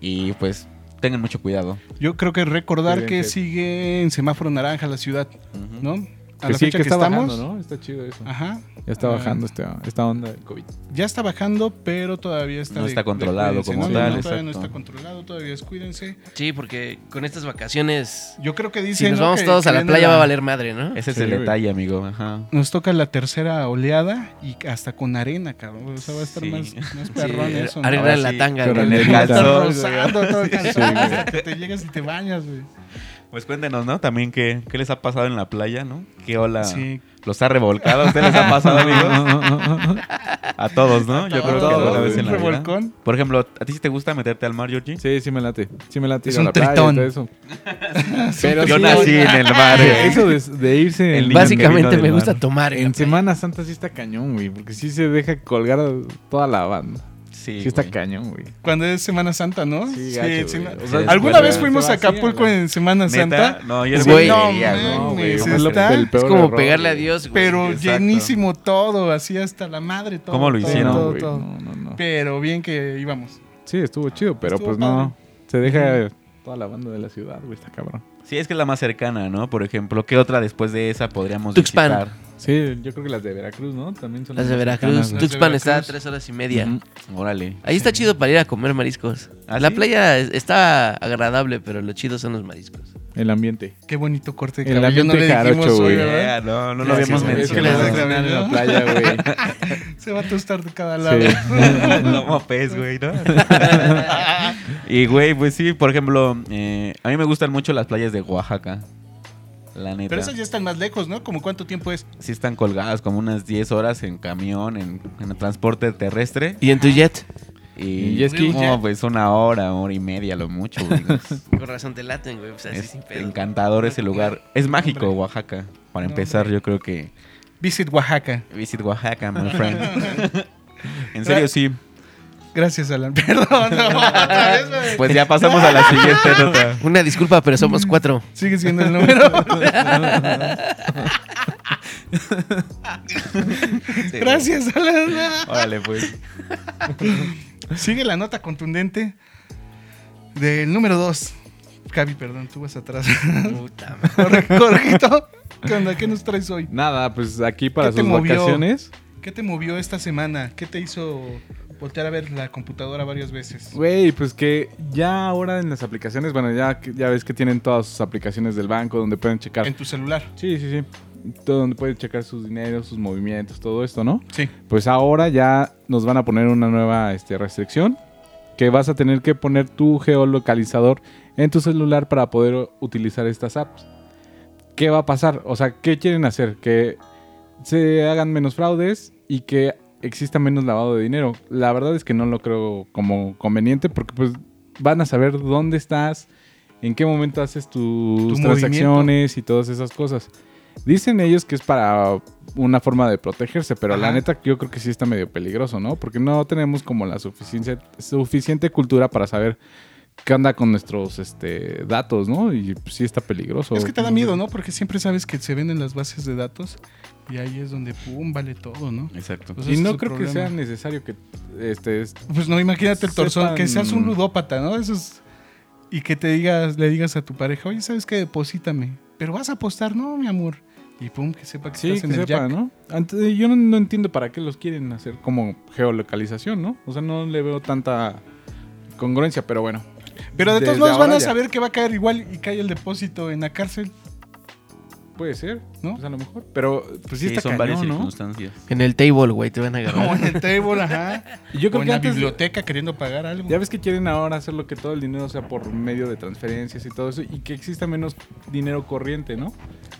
[SPEAKER 1] Y pues tengan mucho cuidado.
[SPEAKER 3] Yo creo que recordar que
[SPEAKER 4] Cuídense.
[SPEAKER 3] sigue en semáforo naranja la ciudad,
[SPEAKER 1] Ujú.
[SPEAKER 3] ¿no? A
[SPEAKER 4] Que
[SPEAKER 3] la
[SPEAKER 4] sí,
[SPEAKER 3] fecha
[SPEAKER 4] que
[SPEAKER 3] que,
[SPEAKER 4] está
[SPEAKER 3] estamos...
[SPEAKER 4] bajando, ¿no? Está chido eso.
[SPEAKER 3] Ajá.
[SPEAKER 4] Ya está bajando esta, esta onda del COVID.
[SPEAKER 3] Ya está bajando, pero todavía está
[SPEAKER 1] No está controlado
[SPEAKER 3] cuídense,
[SPEAKER 1] como
[SPEAKER 3] ¿no?
[SPEAKER 1] tal,
[SPEAKER 3] No, todavía no
[SPEAKER 1] exacto.
[SPEAKER 3] está controlado, todavía es cuídense.
[SPEAKER 2] Sí, porque con estas vacaciones.
[SPEAKER 3] Yo creo que dicen
[SPEAKER 2] Si nos
[SPEAKER 3] ¿no?
[SPEAKER 2] vamos
[SPEAKER 3] que-
[SPEAKER 2] todos
[SPEAKER 3] que
[SPEAKER 2] a la
[SPEAKER 3] viene
[SPEAKER 2] playa va a valer madre, ¿no?
[SPEAKER 1] Ese es
[SPEAKER 4] Sí,
[SPEAKER 1] el
[SPEAKER 4] güey.
[SPEAKER 1] detalle, amigo. Ajá.
[SPEAKER 3] Nos toca la tercera oleada y hasta con arena, cabrón. O sea, va a estar
[SPEAKER 1] Sí. eh,
[SPEAKER 3] más, más
[SPEAKER 2] Sí,
[SPEAKER 3] perrón eso. ¿no?
[SPEAKER 2] arena
[SPEAKER 1] Ahora
[SPEAKER 2] en la
[SPEAKER 1] sí,
[SPEAKER 2] tanga,
[SPEAKER 4] pero
[SPEAKER 2] güey.
[SPEAKER 4] en el
[SPEAKER 3] Va a estar
[SPEAKER 1] calzón,
[SPEAKER 3] rozando todo el calzón,
[SPEAKER 4] Sí, güey.
[SPEAKER 3] hasta que te llegas y te bañas, güey.
[SPEAKER 1] Pues cuéntenos, ¿no? También qué, qué les ha pasado en la playa, ¿no? ¿Qué
[SPEAKER 4] Ah.
[SPEAKER 1] ola
[SPEAKER 3] Sí.
[SPEAKER 1] los ha revolcado? ¿A ustedes les ha pasado, amigos? A todos, ¿no? Yo creo que
[SPEAKER 4] todos,
[SPEAKER 1] alguna vez
[SPEAKER 4] un
[SPEAKER 1] en la vida.
[SPEAKER 3] revolcón.
[SPEAKER 1] Por ejemplo, ¿a ti sí te gusta meterte al mar, Georgie?
[SPEAKER 4] Sí, sí me late. Sí me late.
[SPEAKER 3] Es
[SPEAKER 4] ir a
[SPEAKER 3] un
[SPEAKER 4] la playa y
[SPEAKER 3] tritón.
[SPEAKER 4] todo eso. Pero
[SPEAKER 1] Yo
[SPEAKER 4] sí,
[SPEAKER 1] nací
[SPEAKER 4] güey.
[SPEAKER 1] en el mar.
[SPEAKER 4] Oye,
[SPEAKER 1] eh.
[SPEAKER 4] Eso de, de irse
[SPEAKER 1] El niño que
[SPEAKER 4] en,
[SPEAKER 1] vino
[SPEAKER 2] Básicamente
[SPEAKER 1] del
[SPEAKER 2] me
[SPEAKER 1] mar.
[SPEAKER 2] gusta tomar. ¿eh?
[SPEAKER 4] en Semana Santa sí está cañón, güey. Porque sí se deja colgar a toda la banda. Sí, está
[SPEAKER 1] güey.
[SPEAKER 4] cañón, güey.
[SPEAKER 3] Cuando es Semana Santa, ¿no?
[SPEAKER 4] Sí, gacho, güey.
[SPEAKER 3] no-
[SPEAKER 4] O
[SPEAKER 1] sea,
[SPEAKER 3] ¿Alguna
[SPEAKER 1] después
[SPEAKER 3] vez
[SPEAKER 1] te
[SPEAKER 3] fuimos a Acapulco en Semana
[SPEAKER 1] ¿Neta?
[SPEAKER 3] Santa?
[SPEAKER 1] No, yo no
[SPEAKER 2] Güey,
[SPEAKER 1] me
[SPEAKER 2] no
[SPEAKER 1] creía, güey.
[SPEAKER 3] mames,
[SPEAKER 1] güey.
[SPEAKER 3] es- está-
[SPEAKER 2] Es como pegarle a Dios, güey.
[SPEAKER 3] Pero
[SPEAKER 1] Exacto.
[SPEAKER 3] llenísimo todo, así hasta la madre todo.
[SPEAKER 1] ¿Cómo lo
[SPEAKER 3] todo,
[SPEAKER 1] hicieron,
[SPEAKER 3] todo,
[SPEAKER 4] no, güey,
[SPEAKER 3] todo.
[SPEAKER 4] no, no, no.
[SPEAKER 3] Pero bien que íbamos.
[SPEAKER 4] Sí, estuvo chido, pero
[SPEAKER 3] Estuvo
[SPEAKER 4] pues no. Se deja toda la banda de la ciudad, güey. Está cabrón.
[SPEAKER 1] Sí, es que es la más cercana, ¿no? Por ejemplo, ¿qué otra después de esa podríamos
[SPEAKER 2] Tuxpan.
[SPEAKER 1] visitar?
[SPEAKER 4] Sí, yo creo que las de Veracruz, ¿no? También son
[SPEAKER 2] Las de
[SPEAKER 4] más
[SPEAKER 2] Veracruz.
[SPEAKER 4] cercanas,
[SPEAKER 3] Las de
[SPEAKER 2] Tuxpan está a
[SPEAKER 3] Veracruz.
[SPEAKER 2] tres horas y media.
[SPEAKER 4] Ujú.
[SPEAKER 1] Órale.
[SPEAKER 2] Ahí está chido para ir a comer mariscos.
[SPEAKER 1] ¿Ah,
[SPEAKER 2] la
[SPEAKER 1] sí?
[SPEAKER 2] playa es- está agradable, pero lo chido son los mariscos.
[SPEAKER 4] güey. El ambiente.
[SPEAKER 3] Qué bonito corte de
[SPEAKER 4] El
[SPEAKER 3] cabello. No le
[SPEAKER 4] ambiente
[SPEAKER 3] dijimos
[SPEAKER 4] jarocho,
[SPEAKER 3] hoy,
[SPEAKER 4] güey.
[SPEAKER 3] ¿verdad?
[SPEAKER 1] Yeah, Eh, no, no lo
[SPEAKER 3] Gracias,
[SPEAKER 1] habíamos
[SPEAKER 3] güey. Es que
[SPEAKER 1] mencionado.
[SPEAKER 3] les dejan en la
[SPEAKER 4] playa, güey.
[SPEAKER 3] Se va a tostar de cada lado.
[SPEAKER 1] Lomo pez, güey, ¿no? y, güey, pues sí, por ejemplo, eh, a mí me gustan mucho las playas de Oaxaca. La neta.
[SPEAKER 3] Pero esas ya están más lejos, ¿no? ¿Como cuánto tiempo es?
[SPEAKER 1] Sí están colgadas como unas 10 horas en camión, en, en el transporte terrestre.
[SPEAKER 2] ¿Y en tu jet?
[SPEAKER 1] Y,
[SPEAKER 4] Y es que-
[SPEAKER 1] como, pues una hora, hora y media, lo mucho, güey.
[SPEAKER 2] Con razón te laten, güey. Pues así
[SPEAKER 1] es
[SPEAKER 2] sin pedo.
[SPEAKER 1] encantador ese lugar. Es mágico,
[SPEAKER 3] Hombre.
[SPEAKER 1] Oaxaca. Para
[SPEAKER 3] No,
[SPEAKER 1] empezar, yo creo que...
[SPEAKER 3] Visit Oaxaca.
[SPEAKER 1] Visit Oaxaca, my friend. en serio, sí.
[SPEAKER 3] Gracias, Alan. Perdón. no, otra vez, güey.
[SPEAKER 1] Pues ya pasamos a la siguiente nota.
[SPEAKER 2] Una disculpa, pero somos
[SPEAKER 3] Mm.
[SPEAKER 2] cuatro.
[SPEAKER 3] Sigue siendo el número. Gracias, Alan.
[SPEAKER 1] Órale, pues.
[SPEAKER 3] Sigue la nota contundente del número 2. Cavi, perdón, tú vas atrás.
[SPEAKER 2] Puta madre.
[SPEAKER 3] Jorge- Jorgito, ¿qué onda? ¿Qué nos traes hoy?
[SPEAKER 4] Nada, pues aquí para
[SPEAKER 3] ¿Qué te
[SPEAKER 4] sus
[SPEAKER 3] movió?
[SPEAKER 4] vacaciones.
[SPEAKER 3] ¿Qué te movió esta semana? ¿Qué te hizo voltear a ver la computadora varias veces?
[SPEAKER 4] Güey, pues que ya ahora en las aplicaciones, bueno, ya, ya ves que tienen todas sus aplicaciones del banco donde pueden checar.
[SPEAKER 3] En tu celular.
[SPEAKER 4] Sí, sí, sí. Todo donde pueden checar sus dineros, sus movimientos, todo esto, ¿no?
[SPEAKER 3] Sí.
[SPEAKER 4] Pues ahora ya nos van a poner una nueva este, restricción que vas a tener que poner tu geolocalizador en tu celular para poder o- utilizar estas apps. ¿Qué va a pasar? O sea, ¿qué quieren hacer? Que se hagan menos fraudes y que exista menos lavado de dinero. La verdad es que no lo creo como conveniente porque pues van a saber dónde estás, en qué momento haces tus
[SPEAKER 3] Tu
[SPEAKER 4] transacciones y todas esas cosas. Dicen ellos que es para una forma de protegerse, pero la
[SPEAKER 3] Ajá.
[SPEAKER 4] neta yo creo que sí está medio peligroso, ¿no? Porque no tenemos como la suficiente, suficiente cultura para saber qué onda con nuestros este, datos, ¿no? Y pues, sí está peligroso.
[SPEAKER 3] Es que te da miedo, ¿no? Porque siempre sabes que se venden las bases de datos y ahí es donde, pum, vale todo, ¿no?
[SPEAKER 1] Exacto.
[SPEAKER 3] Pues
[SPEAKER 4] Y
[SPEAKER 3] ese es
[SPEAKER 4] no
[SPEAKER 3] el
[SPEAKER 4] creo que
[SPEAKER 3] problema.
[SPEAKER 4] sea necesario que este, es-
[SPEAKER 3] Pues no, imagínate el torzón,
[SPEAKER 4] Sepan-
[SPEAKER 3] que seas un ludópata, ¿no? Eso es... Y que te digas, le digas a tu pareja, oye, ¿sabes qué? Deposítame. Pero vas a apostar, no, mi amor. Y pum, que sepa que
[SPEAKER 4] Sí,
[SPEAKER 3] estás
[SPEAKER 4] que
[SPEAKER 3] en el
[SPEAKER 4] sepa,
[SPEAKER 3] jack.
[SPEAKER 4] ¿no? Ante- yo no, no entiendo para qué los quieren hacer como geolocalización, ¿no? O sea, no le veo tanta congruencia, pero bueno.
[SPEAKER 3] Pero de todos
[SPEAKER 4] Desde
[SPEAKER 3] modos van
[SPEAKER 4] ahora
[SPEAKER 3] a
[SPEAKER 4] ya.
[SPEAKER 3] saber que va a caer igual y cae el depósito en la cárcel.
[SPEAKER 4] Puede ser,
[SPEAKER 3] ¿No?
[SPEAKER 4] ¿no? Pues a lo mejor. Pero, pues
[SPEAKER 1] Sí,
[SPEAKER 4] sí, está
[SPEAKER 1] son
[SPEAKER 4] cañón,
[SPEAKER 1] varias
[SPEAKER 4] ¿no?
[SPEAKER 1] circunstancias.
[SPEAKER 2] En el table, güey, te van a agarrar.
[SPEAKER 3] Como en el table, ajá.
[SPEAKER 4] Y
[SPEAKER 3] O
[SPEAKER 4] Yo creo
[SPEAKER 3] en
[SPEAKER 4] que
[SPEAKER 3] la
[SPEAKER 4] antes,
[SPEAKER 3] biblioteca queriendo pagar algo.
[SPEAKER 4] ya ves que quieren ahora hacer lo que todo el dinero sea por medio de transferencias y todo eso, y que exista menos dinero corriente, ¿no?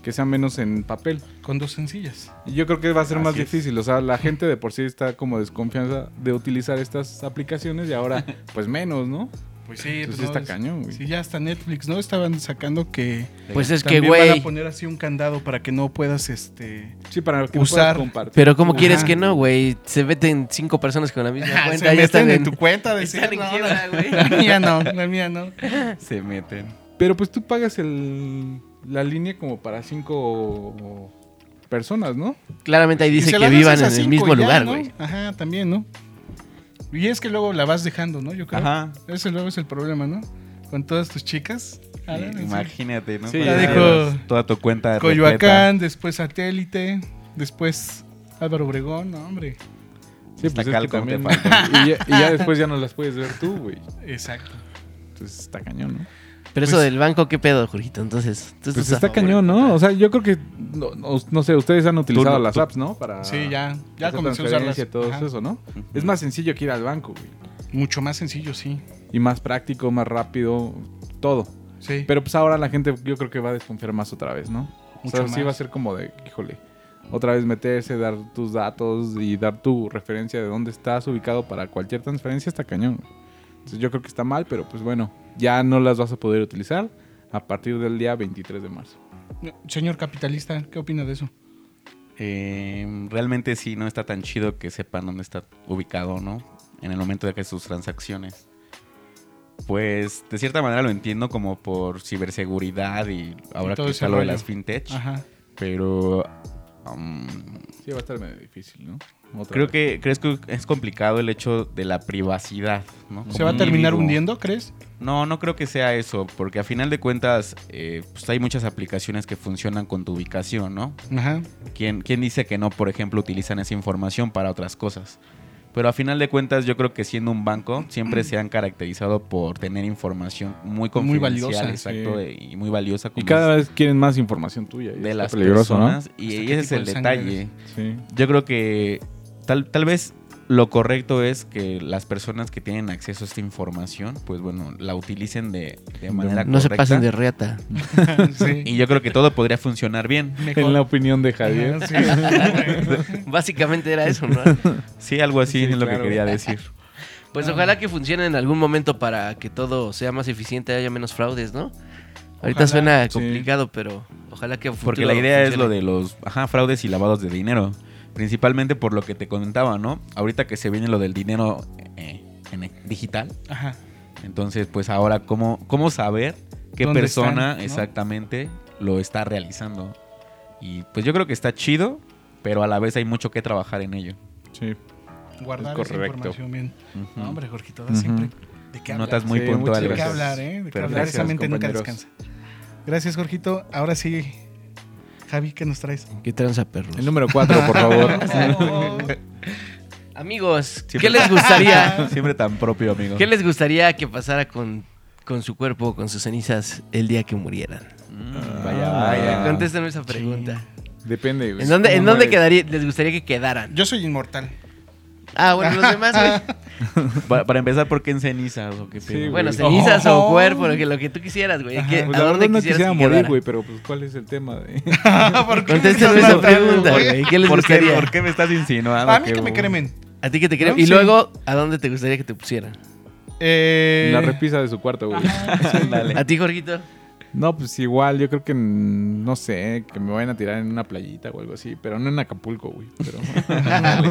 [SPEAKER 4] Que sea menos en papel.
[SPEAKER 3] Con dos sencillas.
[SPEAKER 4] Y Yo creo que va a ser más
[SPEAKER 1] Así es.
[SPEAKER 4] difícil. O sea, la gente de por sí está como desconfianza de utilizar estas aplicaciones y ahora, pues menos, ¿no?
[SPEAKER 3] Pues sí,
[SPEAKER 4] Entonces está cañón, güey.
[SPEAKER 3] Sí, ya hasta Netflix, ¿no? Estaban sacando que...
[SPEAKER 2] Pues es que,
[SPEAKER 3] También van
[SPEAKER 2] güey.
[SPEAKER 3] a poner así un candado para que no puedas, este...
[SPEAKER 4] Sí, para que
[SPEAKER 3] Usar,
[SPEAKER 4] usar, compartir.
[SPEAKER 2] Pero ¿cómo
[SPEAKER 3] Ajá.
[SPEAKER 2] quieres que no, güey? Se meten cinco personas con la misma
[SPEAKER 3] Ah, Se
[SPEAKER 2] cuenta. ya
[SPEAKER 3] meten
[SPEAKER 2] están
[SPEAKER 3] en,
[SPEAKER 2] en,
[SPEAKER 3] tu cuenta de
[SPEAKER 2] están en
[SPEAKER 3] cierre, no,
[SPEAKER 2] quiebra, güey.
[SPEAKER 3] La mía no, la mía no.
[SPEAKER 1] Se meten.
[SPEAKER 4] Pero pues tú pagas el, la línea como para cinco personas, ¿no?
[SPEAKER 2] Claramente ahí
[SPEAKER 3] Y
[SPEAKER 2] dice
[SPEAKER 3] se
[SPEAKER 2] que
[SPEAKER 3] la
[SPEAKER 2] vivan
[SPEAKER 3] lanzas
[SPEAKER 2] en
[SPEAKER 3] a
[SPEAKER 2] el
[SPEAKER 3] cinco
[SPEAKER 2] mismo
[SPEAKER 3] y ya,
[SPEAKER 2] lugar,
[SPEAKER 3] ¿no?
[SPEAKER 2] güey.
[SPEAKER 3] Ajá, también, ¿no? Y es que luego la vas dejando, ¿no? Yo creo.
[SPEAKER 1] Ajá.
[SPEAKER 3] Ese luego es el problema, ¿no? Con todas tus chicas. Ah,
[SPEAKER 1] Sí,
[SPEAKER 3] sí.
[SPEAKER 1] Imagínate, ¿no?
[SPEAKER 4] Sí,
[SPEAKER 1] Cuando
[SPEAKER 4] ya
[SPEAKER 1] llevas
[SPEAKER 3] dijo
[SPEAKER 1] Toda tu cuenta. repleta.
[SPEAKER 3] Coyoacán, después Satélite, después Álvaro Obregón, no, hombre.
[SPEAKER 4] Sí, pues,
[SPEAKER 1] Está
[SPEAKER 4] es que
[SPEAKER 1] calco, te
[SPEAKER 4] también-
[SPEAKER 1] falta.
[SPEAKER 4] y, ya, y ya después ya no las puedes ver tú, güey.
[SPEAKER 3] Exacto.
[SPEAKER 4] Entonces está cañón, ¿no?
[SPEAKER 2] Pero eso
[SPEAKER 3] Pues-
[SPEAKER 2] del banco, ¿qué pedo, Jorgito? Entonces, tú
[SPEAKER 4] Pues
[SPEAKER 2] estás a
[SPEAKER 4] está
[SPEAKER 2] favor.
[SPEAKER 4] cañón, ¿no? O sea, yo creo que, no, no- no sé, ustedes han utilizado
[SPEAKER 1] no-
[SPEAKER 4] las
[SPEAKER 1] tú-
[SPEAKER 4] apps, ¿no?
[SPEAKER 2] Ah.
[SPEAKER 4] Para
[SPEAKER 3] Sí, ya, ya
[SPEAKER 4] hacer
[SPEAKER 3] comencé a
[SPEAKER 4] transferencia
[SPEAKER 3] usarlas.
[SPEAKER 4] y todo
[SPEAKER 3] Ajá.
[SPEAKER 4] eso, ¿no? Es más sencillo que ir al banco, güey.
[SPEAKER 3] Mucho más sencillo, sí.
[SPEAKER 4] Y más práctico, más rápido, todo.
[SPEAKER 3] Sí.
[SPEAKER 4] Pero pues ahora la gente yo creo que va a desconfiar más otra vez, ¿no?
[SPEAKER 3] Mucho
[SPEAKER 4] o sea, sí
[SPEAKER 3] más.
[SPEAKER 4] va a ser como de, híjole, otra vez meterse, dar tus datos y dar tu referencia de dónde estás ubicado para cualquier transferencia está cañón. Entonces yo creo que está mal, pero pues bueno, ya no las vas a poder utilizar a partir del día 23 de marzo.
[SPEAKER 3] Señor capitalista, ¿qué opina de eso?
[SPEAKER 1] Eh, realmente sí, no está tan chido que sepan dónde está ubicado, ¿no? En el momento de que sus transacciones. Pues de cierta manera lo entiendo como por ciberseguridad y ahora
[SPEAKER 3] todo
[SPEAKER 1] que
[SPEAKER 3] ese
[SPEAKER 1] está lo de
[SPEAKER 3] rollo.
[SPEAKER 1] las fintech.
[SPEAKER 3] Ajá.
[SPEAKER 1] Pero um,
[SPEAKER 4] Sí, va a estar medio difícil, ¿no? Otra
[SPEAKER 1] creo
[SPEAKER 4] vez.
[SPEAKER 1] que crees que es complicado el hecho de la privacidad, ¿no?
[SPEAKER 3] ¿Se
[SPEAKER 1] Como
[SPEAKER 3] va a terminar
[SPEAKER 1] individuo.
[SPEAKER 3] hundiendo, crees?
[SPEAKER 1] No, no creo que sea eso, porque a final de cuentas, eh, pues hay muchas aplicaciones que funcionan con tu ubicación, ¿no?
[SPEAKER 3] Ajá.
[SPEAKER 1] ¿Quién, quién dice que no, por ejemplo, utilizan esa información para otras cosas? Pero a final de cuentas, yo creo que siendo un banco, siempre se han caracterizado por tener información muy
[SPEAKER 3] Muy
[SPEAKER 1] confidencial,
[SPEAKER 3] valiosa,
[SPEAKER 1] exacto, y muy valiosa
[SPEAKER 4] Y
[SPEAKER 1] como
[SPEAKER 4] cada
[SPEAKER 1] es
[SPEAKER 4] vez quieren más información tuya. y
[SPEAKER 1] de
[SPEAKER 4] está
[SPEAKER 1] las
[SPEAKER 4] peligroso,
[SPEAKER 1] personas. Y,
[SPEAKER 3] Hasta
[SPEAKER 1] y
[SPEAKER 3] qué
[SPEAKER 1] ese es
[SPEAKER 3] tipo
[SPEAKER 1] el
[SPEAKER 3] de sangre
[SPEAKER 1] detalle.
[SPEAKER 4] ¿no? Sí.
[SPEAKER 1] Yo creo que tal, tal vez lo correcto es que las personas que tienen acceso a esta información, pues bueno, la utilicen de, de manera
[SPEAKER 2] No se
[SPEAKER 1] correcta.
[SPEAKER 2] pasen de reata.
[SPEAKER 3] Sí.
[SPEAKER 1] Y yo creo que todo podría funcionar bien.
[SPEAKER 4] En la opinión de Javier.
[SPEAKER 3] Sí.
[SPEAKER 2] Básicamente era eso, ¿no?
[SPEAKER 1] Sí, algo así
[SPEAKER 4] Sí,
[SPEAKER 1] es lo
[SPEAKER 4] claro.
[SPEAKER 1] que quería decir.
[SPEAKER 2] Pues
[SPEAKER 3] Ah.
[SPEAKER 2] ojalá que funcione en algún momento para que todo sea más eficiente, haya menos fraudes, ¿no? Ahorita
[SPEAKER 3] Ojalá,
[SPEAKER 2] suena
[SPEAKER 4] sí.
[SPEAKER 2] complicado, pero ojalá que a
[SPEAKER 1] Porque
[SPEAKER 2] futuro
[SPEAKER 1] la idea es
[SPEAKER 2] funcione.
[SPEAKER 1] lo de los ajá, fraudes y lavados de dinero. Principalmente por lo que te comentaba, ¿no? Ahorita que se viene lo del dinero eh, en el digital.
[SPEAKER 3] Ajá.
[SPEAKER 1] Entonces, pues ahora, ¿cómo, cómo saber qué
[SPEAKER 3] ¿Dónde
[SPEAKER 1] persona
[SPEAKER 3] están, no?
[SPEAKER 1] exactamente lo está realizando? Y pues yo creo que está chido, pero a la vez hay mucho que trabajar en ello.
[SPEAKER 4] Sí.
[SPEAKER 3] Guardar
[SPEAKER 4] Es
[SPEAKER 3] esa
[SPEAKER 4] correcto.
[SPEAKER 3] información bien.
[SPEAKER 1] Ujú.
[SPEAKER 3] No, hombre, Jorgito, da
[SPEAKER 4] Ujú.
[SPEAKER 3] siempre. ¿De qué hablar?
[SPEAKER 1] Notas muy
[SPEAKER 4] Sí,
[SPEAKER 1] puntuales.
[SPEAKER 3] ¿De qué
[SPEAKER 4] gracias.
[SPEAKER 3] hablar, eh? ¿De qué
[SPEAKER 1] Pero
[SPEAKER 3] hablar? Esa
[SPEAKER 4] gracias,
[SPEAKER 3] mente nunca
[SPEAKER 4] compañeros.
[SPEAKER 3] descansa. Gracias, Jorgito. Ahora sí, Javi, ¿qué nos traes?
[SPEAKER 2] ¿Qué tranza, perros?
[SPEAKER 4] El número 4, por favor.
[SPEAKER 2] Amigos, ¿qué
[SPEAKER 1] Siempre-
[SPEAKER 2] les gustaría?
[SPEAKER 1] Siempre tan propio, amigo.
[SPEAKER 2] ¿Qué les gustaría que pasara con, con su cuerpo, con sus cenizas, el día que murieran?
[SPEAKER 1] Mm,
[SPEAKER 4] Ah.
[SPEAKER 1] vaya, vaya.
[SPEAKER 2] Eh, Contesten esa pregunta.
[SPEAKER 4] Depende, güey.
[SPEAKER 2] ¿En dónde,
[SPEAKER 4] ¿Cómo
[SPEAKER 2] en dónde
[SPEAKER 4] mueres?
[SPEAKER 2] quedaría, les gustaría que quedaran?
[SPEAKER 3] Yo soy inmortal.
[SPEAKER 2] Ah, bueno, los demás, güey.
[SPEAKER 1] Pa- para empezar, ¿por qué en cenizas o qué
[SPEAKER 4] Sí,
[SPEAKER 1] pedo?
[SPEAKER 2] Bueno,
[SPEAKER 4] güey.
[SPEAKER 2] cenizas
[SPEAKER 3] Oh.
[SPEAKER 2] o cuerpo, lo que, lo que tú quisieras, güey.
[SPEAKER 4] Ajá,
[SPEAKER 2] ¿Qué-
[SPEAKER 4] pues,
[SPEAKER 2] ¿A
[SPEAKER 4] la
[SPEAKER 2] dónde
[SPEAKER 4] verdad no
[SPEAKER 2] quisieras
[SPEAKER 4] quisiera
[SPEAKER 2] que
[SPEAKER 4] morir,
[SPEAKER 2] quedara?
[SPEAKER 4] güey, pero pues ¿cuál es el tema? de-
[SPEAKER 3] ¿Por qué
[SPEAKER 2] Contéstenme
[SPEAKER 3] me
[SPEAKER 2] esa
[SPEAKER 3] estás
[SPEAKER 2] pregunta,
[SPEAKER 3] matando?
[SPEAKER 2] güey. ¿Qué les
[SPEAKER 1] ¿Por, qué,
[SPEAKER 2] gustaría?
[SPEAKER 1] por qué me estás insinuando?
[SPEAKER 3] A mí que me
[SPEAKER 1] bo-
[SPEAKER 3] cremen.
[SPEAKER 2] ¿A ti que te creo?
[SPEAKER 3] No,
[SPEAKER 2] Y
[SPEAKER 3] sí.
[SPEAKER 2] luego, ¿a dónde te gustaría que te pusieran?
[SPEAKER 3] Eh,
[SPEAKER 4] En la repisa de su cuarto, güey.
[SPEAKER 1] Ándale.
[SPEAKER 2] ¿A ti, Jorgito?
[SPEAKER 4] No, pues igual, yo creo que, mm, no sé, que me vayan a tirar en una playita o algo así, pero no en Acapulco, güey. Pero...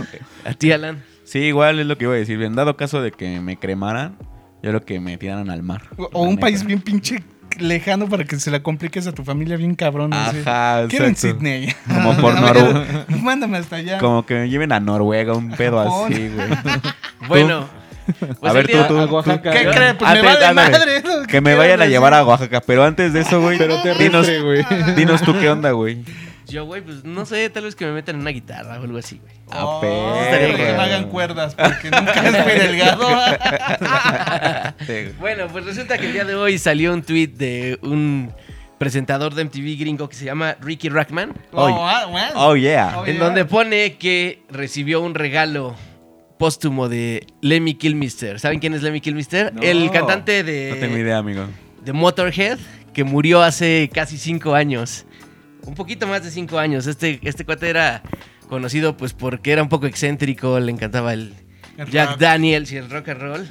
[SPEAKER 2] ¿A ti, Alan?
[SPEAKER 1] Sí, igual es lo que iba a decir. En dado caso de que me cremaran, yo creo que me tiraran al mar.
[SPEAKER 3] O
[SPEAKER 1] La
[SPEAKER 3] un
[SPEAKER 1] neta.
[SPEAKER 3] país bien pinche lejano para que se la compliques a tu familia bien cabrón. así.
[SPEAKER 1] Ajá,
[SPEAKER 3] Quiero en
[SPEAKER 1] exacto.
[SPEAKER 3] Sydney.
[SPEAKER 1] Como por
[SPEAKER 3] A
[SPEAKER 1] Noruega.
[SPEAKER 3] ver, Mándame hasta allá.
[SPEAKER 1] Como que me lleven a Noruega, un pedo
[SPEAKER 3] Japón.
[SPEAKER 1] así, güey.
[SPEAKER 2] Bueno. pues
[SPEAKER 1] A ver,
[SPEAKER 2] el día-
[SPEAKER 1] tú, tú.
[SPEAKER 4] Pues a Oaxaca. ¿eh?
[SPEAKER 3] ¿Qué
[SPEAKER 4] güey.
[SPEAKER 3] crees? Pues me
[SPEAKER 1] Antes,
[SPEAKER 3] vale
[SPEAKER 1] ándale,
[SPEAKER 3] madre. lo
[SPEAKER 1] Que me
[SPEAKER 3] quieran
[SPEAKER 1] vayan a
[SPEAKER 3] decir.
[SPEAKER 1] llevar a Oaxaca. Pero antes de eso, güey,
[SPEAKER 4] Pero
[SPEAKER 1] dinos,
[SPEAKER 4] terrestre, güey.
[SPEAKER 1] dinos tú qué onda, güey.
[SPEAKER 2] Yo, güey, pues no sé, tal vez que me metan en una guitarra o algo así, güey.
[SPEAKER 1] A
[SPEAKER 3] Oh,
[SPEAKER 1] perro.
[SPEAKER 3] que me hagan cuerdas, porque nunca es muy delgado.
[SPEAKER 2] Bueno, pues resulta que el día de hoy salió un tweet de un presentador de MTV gringo que se llama Ricky Rackman,
[SPEAKER 1] Oh,
[SPEAKER 3] Oh, ah, bueno.
[SPEAKER 1] Oh, yeah.
[SPEAKER 3] Oye,
[SPEAKER 2] en donde pone que recibió un regalo póstumo de Lemmy Kilmister. ¿Saben quién es Lemmy Kilmister?
[SPEAKER 4] No.
[SPEAKER 2] El cantante
[SPEAKER 1] No tengo
[SPEAKER 2] de,
[SPEAKER 1] idea, amigo.
[SPEAKER 2] de Motorhead que murió hace casi cinco años. Un poquito más de cinco años. Este, este cuate era conocido pues porque era un poco excéntrico, le encantaba el,
[SPEAKER 3] El
[SPEAKER 2] Jack
[SPEAKER 3] rap.
[SPEAKER 2] Daniels y el rock and roll.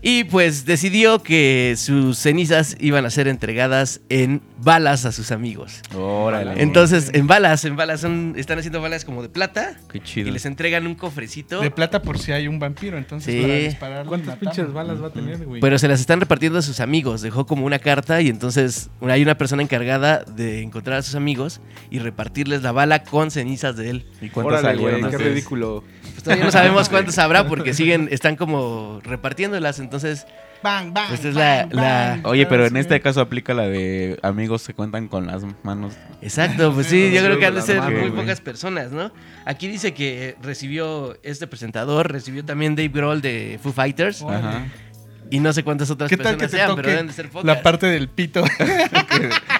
[SPEAKER 2] Y pues decidió que sus cenizas iban a ser entregadas en balas a sus amigos.
[SPEAKER 1] Órale.
[SPEAKER 2] Entonces, en balas, en balas, son, están haciendo balas como de plata
[SPEAKER 1] qué
[SPEAKER 2] y
[SPEAKER 1] chido.
[SPEAKER 2] les entregan un cofrecito.
[SPEAKER 3] De plata por si hay un vampiro, entonces
[SPEAKER 2] Sí.
[SPEAKER 3] para dispararle
[SPEAKER 4] ¿Cuántas
[SPEAKER 3] matamos.
[SPEAKER 4] pinches balas va a tener, güey?
[SPEAKER 2] Pero se las están repartiendo a sus amigos. Dejó como una carta y entonces hay una persona encargada de encontrar a sus amigos y repartirles la bala con cenizas de él.
[SPEAKER 1] ¿Y cuántas
[SPEAKER 4] Órale,
[SPEAKER 1] salieron?
[SPEAKER 4] güey, qué
[SPEAKER 1] ustedes?
[SPEAKER 4] ridículo.
[SPEAKER 2] Pues todavía no sabemos cuántos habrá porque siguen, están como repartiéndolas. Entonces,
[SPEAKER 3] Bang, bang.
[SPEAKER 2] Esta es la-
[SPEAKER 3] bang,
[SPEAKER 2] la-
[SPEAKER 3] bang.
[SPEAKER 1] Oye, pero en
[SPEAKER 3] Sí.
[SPEAKER 1] este caso aplica la de amigos se cuentan con las manos.
[SPEAKER 2] Exacto, pues sí,
[SPEAKER 4] Sí,
[SPEAKER 2] yo creo que han de
[SPEAKER 4] la
[SPEAKER 2] ser
[SPEAKER 4] mano,
[SPEAKER 2] muy
[SPEAKER 1] güey.
[SPEAKER 2] pocas personas, ¿no? Aquí dice que recibió este presentador, recibió también Dave Grohl de Foo Fighters
[SPEAKER 3] Órale.
[SPEAKER 1] Ajá.
[SPEAKER 2] y no sé cuántas otras
[SPEAKER 3] ¿Qué tal
[SPEAKER 2] personas
[SPEAKER 3] que te
[SPEAKER 2] sean,
[SPEAKER 3] toque
[SPEAKER 2] pero deben de ser pocas.
[SPEAKER 3] La parte del pito.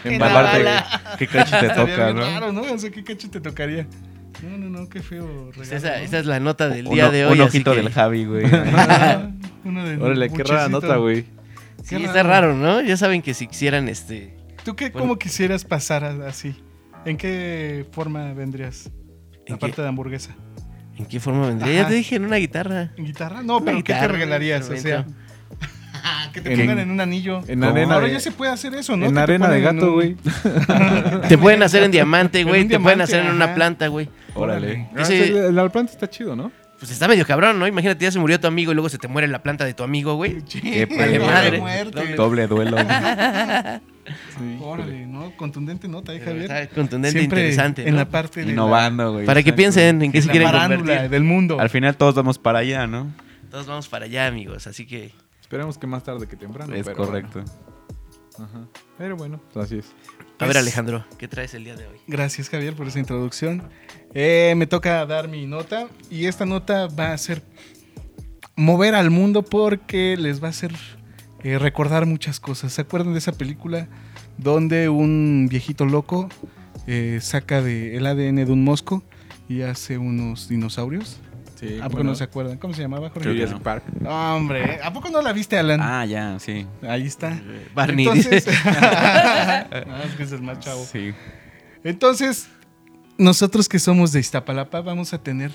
[SPEAKER 1] En
[SPEAKER 3] la
[SPEAKER 1] parte,
[SPEAKER 2] bala.
[SPEAKER 1] ¿qué cacho te
[SPEAKER 3] Estaría
[SPEAKER 1] toca,
[SPEAKER 3] bien
[SPEAKER 1] no?
[SPEAKER 3] raro, ¿no? O sea, ¿qué cacho te tocaría? No, no, no, qué feo.
[SPEAKER 2] Pues
[SPEAKER 3] regalo,
[SPEAKER 2] esa,
[SPEAKER 3] ¿no?
[SPEAKER 2] esa es la nota del
[SPEAKER 1] Un
[SPEAKER 2] día
[SPEAKER 1] o-
[SPEAKER 2] de hoy.
[SPEAKER 1] Un
[SPEAKER 2] así
[SPEAKER 1] ojito
[SPEAKER 2] que-
[SPEAKER 1] del Javi, güey.
[SPEAKER 3] Uno de
[SPEAKER 4] Órale, qué
[SPEAKER 3] muchecito.
[SPEAKER 4] rara nota, güey.
[SPEAKER 2] Sí,
[SPEAKER 3] Qué
[SPEAKER 2] está
[SPEAKER 3] raro.
[SPEAKER 2] raro, ¿no? Ya saben que si quisieran este...
[SPEAKER 3] ¿Tú qué,
[SPEAKER 2] Bueno.
[SPEAKER 3] cómo quisieras pasar a- así? ¿En qué forma vendrías?
[SPEAKER 2] ¿En
[SPEAKER 3] La
[SPEAKER 2] qué?
[SPEAKER 3] parte de hamburguesa.
[SPEAKER 2] ¿En qué forma vendría? Ya
[SPEAKER 3] Ajá.
[SPEAKER 2] te dije, en una guitarra.
[SPEAKER 3] ¿En guitarra? No,
[SPEAKER 2] Una
[SPEAKER 3] pero ¿qué
[SPEAKER 2] guitarra,
[SPEAKER 3] te regalarías?
[SPEAKER 2] un
[SPEAKER 3] O sea, Ah, que te
[SPEAKER 4] En-
[SPEAKER 3] pongan en un anillo.
[SPEAKER 4] En
[SPEAKER 1] ¿Cómo?
[SPEAKER 4] arena
[SPEAKER 3] Ahora
[SPEAKER 4] de,
[SPEAKER 3] ya se puede hacer eso, ¿no?
[SPEAKER 4] en
[SPEAKER 3] Que te
[SPEAKER 4] arena de
[SPEAKER 3] ponen en
[SPEAKER 4] gato,
[SPEAKER 3] un-
[SPEAKER 4] güey.
[SPEAKER 2] Te pueden hacer en diamante,
[SPEAKER 3] En
[SPEAKER 2] güey.
[SPEAKER 3] un
[SPEAKER 2] Te pueden
[SPEAKER 3] diamante,
[SPEAKER 2] hacer en
[SPEAKER 3] ajá.
[SPEAKER 2] una planta, güey.
[SPEAKER 1] Órale.
[SPEAKER 4] Ah,
[SPEAKER 2] Ese-
[SPEAKER 4] sí, el el planta está chido, ¿no?
[SPEAKER 2] Pues está medio cabrón, ¿no? Imagínate, ya se murió tu amigo y luego se te muere la planta de tu amigo, güey.
[SPEAKER 1] Qué
[SPEAKER 2] Vale,
[SPEAKER 1] pedo.
[SPEAKER 2] madre.
[SPEAKER 3] Muerte.
[SPEAKER 1] Doble duelo. güey.
[SPEAKER 4] Sí.
[SPEAKER 3] Órale, ¿no? Contundente nota, eh, Javier.
[SPEAKER 2] Está contundente, e
[SPEAKER 3] Siempre
[SPEAKER 2] interesante.
[SPEAKER 3] en
[SPEAKER 2] ¿no?
[SPEAKER 3] la parte de
[SPEAKER 1] Innovando, güey.
[SPEAKER 2] Para que
[SPEAKER 1] Exacto.
[SPEAKER 2] piensen en qué se
[SPEAKER 3] la, de la
[SPEAKER 2] quieren
[SPEAKER 3] farándula
[SPEAKER 2] convertir.
[SPEAKER 3] del mundo.
[SPEAKER 1] Al final todos vamos para allá, ¿no?
[SPEAKER 2] Todos vamos para allá, amigos. Así que,
[SPEAKER 4] Esperemos que más tarde que temprano.
[SPEAKER 1] Es
[SPEAKER 4] pero
[SPEAKER 1] correcto.
[SPEAKER 4] bueno. Ajá. Pero bueno, pues así es.
[SPEAKER 2] a
[SPEAKER 3] Pues-
[SPEAKER 2] ver, Alejandro, ¿qué traes el día de hoy?
[SPEAKER 3] Gracias, Javier, por esa introducción. Eh, me toca dar mi nota y esta nota va a ser mover al mundo porque les va a hacer eh, recordar muchas cosas. ¿Se acuerdan de esa película donde un viejito loco eh, saca de- el ADN de un mosco y hace unos dinosaurios?
[SPEAKER 4] Sí,
[SPEAKER 3] ¿A poco
[SPEAKER 4] bueno,
[SPEAKER 3] no se acuerdan? ¿Cómo se llamaba, Jorge?
[SPEAKER 1] Creo que
[SPEAKER 4] Jurassic
[SPEAKER 1] no.
[SPEAKER 4] Park.
[SPEAKER 3] No, hombre, ¿eh? ¿a poco no la viste, Alan?
[SPEAKER 1] Ah, ya, sí.
[SPEAKER 3] Ahí está.
[SPEAKER 2] Barney.
[SPEAKER 3] Ah, Entonces,
[SPEAKER 2] dice.
[SPEAKER 3] Ah, es que es el más chavo.
[SPEAKER 1] Sí.
[SPEAKER 3] Entonces, nosotros que somos de Iztapalapa vamos a tener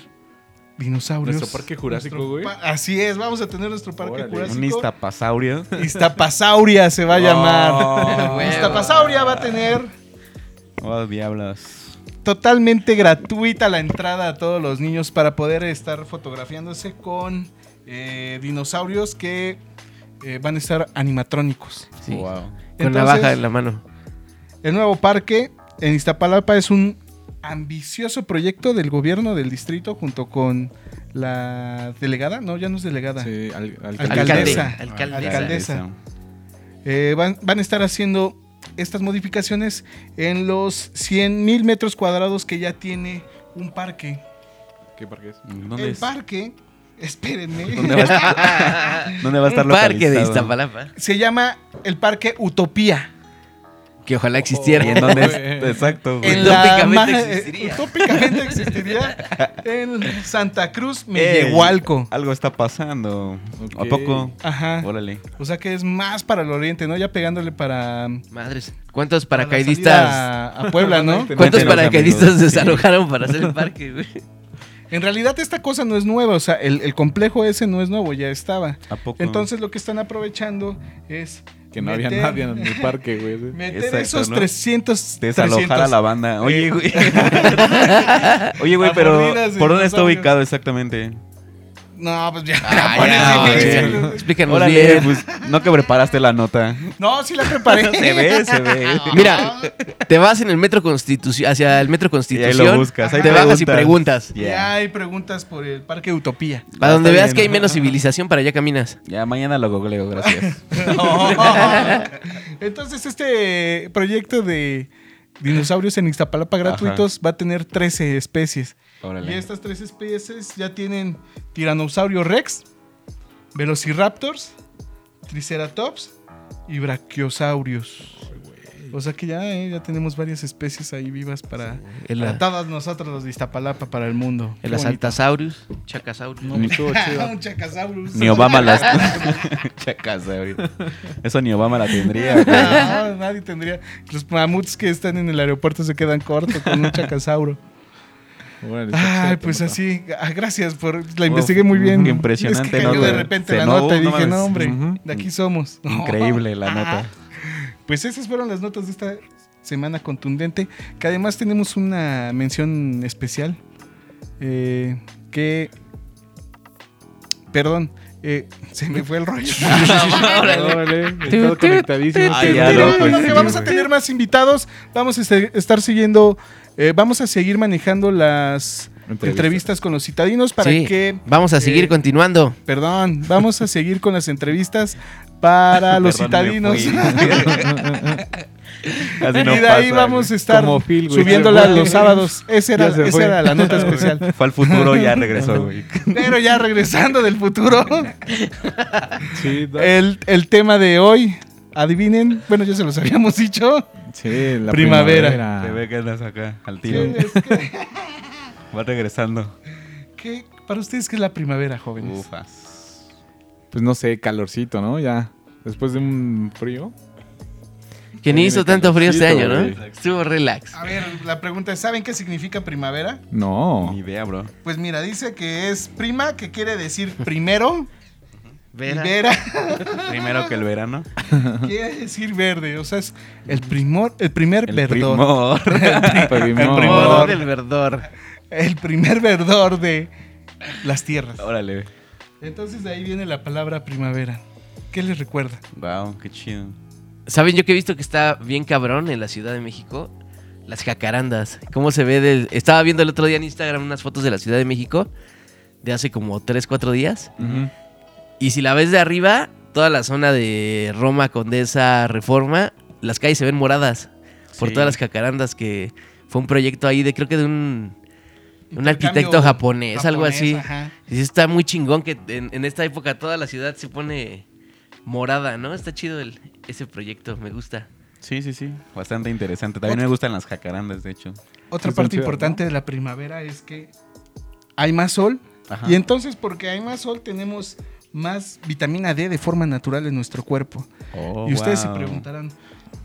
[SPEAKER 3] dinosaurios.
[SPEAKER 4] Nuestro parque jurásico,
[SPEAKER 3] Nuestro
[SPEAKER 4] güey.
[SPEAKER 3] pa- Así es, vamos a tener nuestro parque
[SPEAKER 4] Órale.
[SPEAKER 3] jurásico.
[SPEAKER 1] Un istapasaurio.
[SPEAKER 3] Iztapasauria se va a
[SPEAKER 1] Oh,
[SPEAKER 3] llamar.
[SPEAKER 2] huevo.
[SPEAKER 3] Iztapasauria va a tener
[SPEAKER 1] Oh, diablos.
[SPEAKER 3] totalmente gratuita la entrada a todos los niños para poder estar fotografiándose con eh, dinosaurios que eh, van a estar animatrónicos.
[SPEAKER 2] Sí.
[SPEAKER 1] Wow.
[SPEAKER 2] Con la
[SPEAKER 3] Entonces,
[SPEAKER 2] baja en la mano.
[SPEAKER 3] El nuevo parque en Iztapalapa es un ambicioso proyecto del gobierno del distrito junto con la delegada, no, ya no es delegada.
[SPEAKER 4] Sí, al-
[SPEAKER 3] Alcaldesa.
[SPEAKER 2] Alcaldesa.
[SPEAKER 3] Alcaldesa. Eh, van, van a estar haciendo estas modificaciones en los 100 mil metros cuadrados que ya tiene un parque.
[SPEAKER 4] ¿Qué parque es?
[SPEAKER 1] ¿Dónde,
[SPEAKER 3] el
[SPEAKER 1] es-
[SPEAKER 3] parque, espérenme,
[SPEAKER 1] dónde va a estar, dónde va a estar
[SPEAKER 2] Un parque de
[SPEAKER 1] localizado?
[SPEAKER 2] Iztapalapa.
[SPEAKER 3] se llama el Parque Utopía.
[SPEAKER 2] que ojalá existiera.
[SPEAKER 1] Y en donde es-
[SPEAKER 4] Güey.
[SPEAKER 1] exacto, güey.
[SPEAKER 2] En Utópicamente
[SPEAKER 3] ma- eh,
[SPEAKER 2] existiría.
[SPEAKER 3] utópicamente existiría en Santa Cruz,
[SPEAKER 1] Ey,
[SPEAKER 3] Mellehualco.
[SPEAKER 1] Algo está pasando.
[SPEAKER 4] Ok.
[SPEAKER 1] ¿A poco?
[SPEAKER 3] Ajá.
[SPEAKER 1] Órale.
[SPEAKER 3] O sea que es más para el oriente, ¿no? Ya pegándole para.
[SPEAKER 2] Madres, ¿cuántos
[SPEAKER 3] para la
[SPEAKER 2] paracaidistas?
[SPEAKER 3] salida A, a Puebla, ¿no?
[SPEAKER 1] Exactamente.
[SPEAKER 2] ¿Cuántos
[SPEAKER 1] Cuéntenos,
[SPEAKER 2] paracaidistas
[SPEAKER 1] amigos.
[SPEAKER 2] desalojaron para hacer el parque, güey?
[SPEAKER 3] En realidad, esta cosa no es nueva. O sea, el, el complejo ese no es nuevo, ya estaba.
[SPEAKER 1] ¿A poco?
[SPEAKER 3] Entonces, lo que están aprovechando es.
[SPEAKER 4] Que no había
[SPEAKER 3] meter-
[SPEAKER 4] nadie en el parque, güey.
[SPEAKER 3] Meter
[SPEAKER 1] Exacto,
[SPEAKER 3] esos
[SPEAKER 1] ¿no?
[SPEAKER 3] 300.
[SPEAKER 1] Desalojar a
[SPEAKER 3] 300.
[SPEAKER 1] la banda. Oye, güey. Oye, güey,
[SPEAKER 3] A
[SPEAKER 1] pero
[SPEAKER 3] mordidas de
[SPEAKER 1] ¿por dónde está
[SPEAKER 3] dinosaurios.
[SPEAKER 1] ubicado exactamente?
[SPEAKER 3] No, pues ya.
[SPEAKER 2] Ah,
[SPEAKER 1] ya,
[SPEAKER 3] Parece
[SPEAKER 1] güey.
[SPEAKER 2] ya.
[SPEAKER 3] que-
[SPEAKER 2] Explícanos
[SPEAKER 1] Órale,
[SPEAKER 2] bien.
[SPEAKER 1] pues no que preparaste la nota.
[SPEAKER 3] No, sí la preparé.
[SPEAKER 1] Se ve, se ve.
[SPEAKER 2] Mira, te vas en el metro Constitución, hacia el metro
[SPEAKER 1] Y ahí lo
[SPEAKER 2] Constitución,
[SPEAKER 1] buscas.
[SPEAKER 2] te
[SPEAKER 1] Ahí
[SPEAKER 2] bajas y preguntas.
[SPEAKER 1] Ya.
[SPEAKER 3] Ya hay preguntas por el Parque Utopía.
[SPEAKER 2] Para donde
[SPEAKER 1] Está
[SPEAKER 2] veas
[SPEAKER 1] bien.
[SPEAKER 2] que hay menos civilización, para allá caminas.
[SPEAKER 1] Ya, mañana lo googleo, gracias.
[SPEAKER 3] Entonces, este proyecto de dinosaurios en Ixtapalapa gratuitos va a tener 13 especies.
[SPEAKER 1] Órale.
[SPEAKER 3] Y estas 13 especies ya tienen Tiranosaurio Rex, Velociraptors, Triceratops y Brachiosaurios. O sea que ya, eh, ya tenemos varias especies ahí vivas para
[SPEAKER 2] El,
[SPEAKER 3] atadas nosotros los de Iztapalapa para el mundo.
[SPEAKER 2] el
[SPEAKER 3] Qué bonito.
[SPEAKER 2] Asaltasaurus, Chacasaurus.
[SPEAKER 1] Ni-
[SPEAKER 3] Un chacasaurus.
[SPEAKER 1] Ni Obama las. Chacas, ahorita. Eso ni Obama la tendría. güey.
[SPEAKER 3] No, nadie tendría. Los mamuts que están en el aeropuerto se quedan cortos con un chacasauro. Ay, pues así. Ah, Gracias por. La investigué muy bien.
[SPEAKER 1] Qué impresionante,
[SPEAKER 3] Es que cayó
[SPEAKER 1] ¿no?
[SPEAKER 3] de
[SPEAKER 1] Lo-
[SPEAKER 3] repente
[SPEAKER 1] se
[SPEAKER 3] la
[SPEAKER 1] no-
[SPEAKER 3] nota
[SPEAKER 1] no
[SPEAKER 3] y dije,
[SPEAKER 1] mames.
[SPEAKER 3] no, hombre,
[SPEAKER 1] Ujú.
[SPEAKER 3] de aquí somos.
[SPEAKER 1] Increíble la
[SPEAKER 3] Ah.
[SPEAKER 1] nota.
[SPEAKER 3] Pues esas fueron las notas de esta semana contundente. Que además tenemos una mención especial. eh, que. Perdón. eh, se me fue el rollo.
[SPEAKER 4] Órale, estado conectadísimo.
[SPEAKER 1] Ah, ya,
[SPEAKER 3] Sí,
[SPEAKER 1] no,
[SPEAKER 3] no,
[SPEAKER 1] pues,
[SPEAKER 3] no, que
[SPEAKER 1] sí,
[SPEAKER 3] vamos a
[SPEAKER 1] güey.
[SPEAKER 3] tener más invitados. Vamos a este- estar siguiendo. eh, vamos a seguir manejando las
[SPEAKER 4] Entrevistas.
[SPEAKER 3] entrevistas, con los citadinos para
[SPEAKER 2] Sí,
[SPEAKER 3] que.
[SPEAKER 2] Vamos a seguir
[SPEAKER 3] eh,
[SPEAKER 2] continuando.
[SPEAKER 3] Perdón, vamos a seguir con las entrevistas para los
[SPEAKER 1] Perdón, me
[SPEAKER 3] citadinos.
[SPEAKER 1] fui.
[SPEAKER 3] y
[SPEAKER 1] Así
[SPEAKER 3] de
[SPEAKER 1] no
[SPEAKER 3] ahí
[SPEAKER 1] pasa,
[SPEAKER 3] vamos a estar
[SPEAKER 4] Como Phil, güey.
[SPEAKER 3] subiéndola
[SPEAKER 4] Se fue.
[SPEAKER 3] los sábados. Esa era,
[SPEAKER 4] Ya se
[SPEAKER 3] esa
[SPEAKER 4] fue.
[SPEAKER 3] era la nota especial.
[SPEAKER 1] güey. Fue al futuro y ya regresó, güey.
[SPEAKER 3] Pero ya regresando del futuro,
[SPEAKER 4] Sí, da-
[SPEAKER 3] el, el tema de hoy, adivinen, bueno, ya se los habíamos dicho.
[SPEAKER 4] sí, la
[SPEAKER 3] primavera.
[SPEAKER 1] Se ve que andas acá al tiro.
[SPEAKER 3] Ah. Sí, es que-
[SPEAKER 1] Va regresando.
[SPEAKER 3] ¿qué- para ustedes, ¿qué es la primavera, jóvenes?
[SPEAKER 1] Ufas.
[SPEAKER 4] Pues no sé, calorcito, ¿no? Ya. Después de un frío.
[SPEAKER 2] Que ni
[SPEAKER 4] viene
[SPEAKER 2] hizo tanto frío este año,
[SPEAKER 4] calorcito,
[SPEAKER 2] ¿no?
[SPEAKER 4] güey.
[SPEAKER 2] Estuvo relax.
[SPEAKER 3] A ver, la pregunta es, ¿saben qué significa primavera?
[SPEAKER 4] No.
[SPEAKER 1] Ni idea, bro.
[SPEAKER 3] Pues mira, dice que es prima, que quiere decir primero,
[SPEAKER 2] Vera.
[SPEAKER 3] y vera,
[SPEAKER 1] Primero que el verano.
[SPEAKER 3] quiere decir verde, o sea, es el primor, el primer
[SPEAKER 1] El
[SPEAKER 3] verdor,
[SPEAKER 1] primor.
[SPEAKER 4] Primor.
[SPEAKER 2] Verdor del verdor.
[SPEAKER 3] el primer verdor de las tierras.
[SPEAKER 1] Órale.
[SPEAKER 3] Entonces de ahí viene la palabra primavera. ¿Qué les recuerda?
[SPEAKER 1] Wow, qué chido.
[SPEAKER 2] ¿Saben yo que he visto que está bien cabrón en la Ciudad de México? Las jacarandas. ¿Cómo se ve? del- Estaba viendo el otro día en Instagram unas fotos de la Ciudad de México de hace como 3, 4 días. Y si la ves de arriba, toda la zona de Roma, Condesa, Reforma, las calles se ven moradas por
[SPEAKER 1] Sí.
[SPEAKER 2] todas las jacarandas que fue un proyecto ahí de creo que de un, un
[SPEAKER 3] Intercambio
[SPEAKER 2] arquitecto japonés, algo
[SPEAKER 3] japonés,
[SPEAKER 2] así.
[SPEAKER 3] ajá.
[SPEAKER 2] Y sí está muy chingón que en, en esta época toda la ciudad se pone morada, ¿no? Está chido el, ese proyecto, me gusta.
[SPEAKER 1] Sí, sí, sí. Bastante interesante. También me gustan las jacarandas, de hecho.
[SPEAKER 3] Otra
[SPEAKER 4] Es
[SPEAKER 3] parte
[SPEAKER 4] chidas, ¿no?
[SPEAKER 3] importante de la primavera es que hay más sol
[SPEAKER 1] Ajá.
[SPEAKER 3] Y entonces, porque hay más sol, tenemos más vitamina D de forma natural en nuestro cuerpo.
[SPEAKER 1] Oh,
[SPEAKER 3] y ustedes
[SPEAKER 1] wow.
[SPEAKER 3] se preguntarán,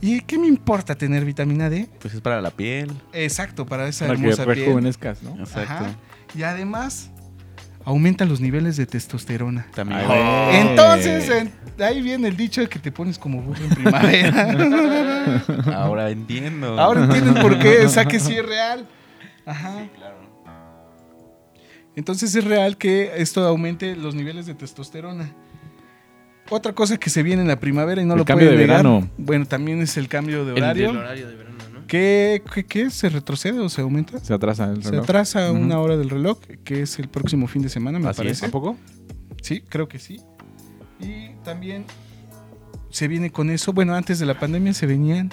[SPEAKER 3] ¿y qué me importa tener vitamina D?
[SPEAKER 1] Pues es para la piel.
[SPEAKER 3] Exacto, para esa
[SPEAKER 4] Para que
[SPEAKER 3] hermosa piel.
[SPEAKER 4] rejuvenezcas, ¿no?
[SPEAKER 1] Exacto.
[SPEAKER 3] Ajá. Y además, aumenta los niveles de testosterona.
[SPEAKER 1] También.
[SPEAKER 4] Ay, güey.
[SPEAKER 3] Entonces, en- ahí viene el dicho de que te pones como burro en primavera.
[SPEAKER 1] Ahora entiendo.
[SPEAKER 3] Ahora entienden por qué, o sea que sí es real. Ajá. Entonces es real que esto aumente los niveles de testosterona. Otra cosa que se viene en la primavera y no
[SPEAKER 4] El
[SPEAKER 3] lo
[SPEAKER 4] cambio
[SPEAKER 3] pueden
[SPEAKER 4] de
[SPEAKER 3] negar,
[SPEAKER 4] verano.
[SPEAKER 3] Bueno, también es el cambio de
[SPEAKER 2] El-
[SPEAKER 3] horario.
[SPEAKER 2] del horario de verano, ¿no?
[SPEAKER 3] ¿Qué, qué, qué? se retrocede o se aumenta?
[SPEAKER 4] Se atrasa el
[SPEAKER 3] Se
[SPEAKER 4] reloj.
[SPEAKER 3] atrasa
[SPEAKER 4] Ujú.
[SPEAKER 3] una hora del reloj, que es el próximo fin de semana, me
[SPEAKER 1] Así es.
[SPEAKER 3] parece.
[SPEAKER 4] ¿A poco?
[SPEAKER 3] Sí, creo que sí. Y también se viene con eso. Bueno, antes de la pandemia se venían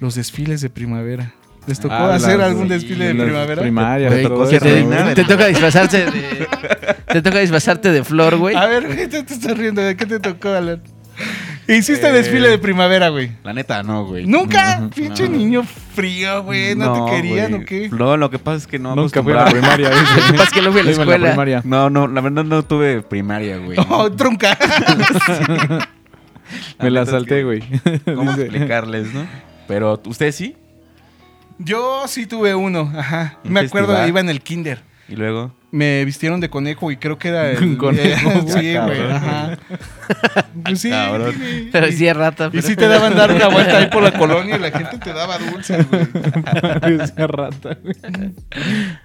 [SPEAKER 3] los desfiles de primavera. ¿Les tocó
[SPEAKER 4] Ah,
[SPEAKER 3] hacer
[SPEAKER 4] las-
[SPEAKER 3] algún
[SPEAKER 1] sí,
[SPEAKER 3] desfile de
[SPEAKER 4] las
[SPEAKER 3] primavera?
[SPEAKER 4] Primaria,
[SPEAKER 2] Güey,
[SPEAKER 4] todo
[SPEAKER 2] que
[SPEAKER 4] eso,
[SPEAKER 2] te,
[SPEAKER 4] ¿no?
[SPEAKER 1] nada.
[SPEAKER 2] Eh, te toca disfrazarte de. Te toca disfrazarte de flor, güey.
[SPEAKER 4] Ah,
[SPEAKER 3] A ver, güey, te, te estás riendo. ¿De qué te tocó, Alan? Hiciste
[SPEAKER 4] Eh,
[SPEAKER 3] desfile de primavera, güey.
[SPEAKER 1] La neta, no, güey.
[SPEAKER 3] Nunca,
[SPEAKER 4] no,
[SPEAKER 3] pinche
[SPEAKER 1] no.
[SPEAKER 3] niño frío, güey. No, te querían
[SPEAKER 1] güey.
[SPEAKER 3] o qué.
[SPEAKER 1] No, lo que pasa es que no
[SPEAKER 4] Nunca fui a la
[SPEAKER 1] acostumbraba.
[SPEAKER 4] primaria. dice.
[SPEAKER 2] Lo que pasa es que no fui a la
[SPEAKER 4] Iba en
[SPEAKER 2] escuela.
[SPEAKER 4] primaria.
[SPEAKER 1] No, no, la verdad no tuve primaria, güey.
[SPEAKER 3] Oh, trunca.
[SPEAKER 4] Me la
[SPEAKER 1] neta es
[SPEAKER 4] salté,
[SPEAKER 1] que-
[SPEAKER 4] güey.
[SPEAKER 1] ¿Cómo
[SPEAKER 4] Dice-
[SPEAKER 1] explicarles, no? Pero, ¿ustedes sí?
[SPEAKER 3] Yo sí tuve uno, ajá.
[SPEAKER 1] ¿Un
[SPEAKER 3] Me acuerdo,
[SPEAKER 1] festival?
[SPEAKER 3] iba en el kinder.
[SPEAKER 1] Y luego...
[SPEAKER 3] Me vistieron de conejo y creo que era el...
[SPEAKER 4] Conejo,
[SPEAKER 3] sí, güey,
[SPEAKER 4] cabrón.
[SPEAKER 3] ajá. Pues sí,
[SPEAKER 1] Cabrón.
[SPEAKER 3] güey.
[SPEAKER 2] Pero sí es rata.
[SPEAKER 3] Y
[SPEAKER 2] pero-
[SPEAKER 3] sí te daban dar una vuelta ahí por la colonia y la gente te daba dulces, güey.
[SPEAKER 4] Esa rata, güey.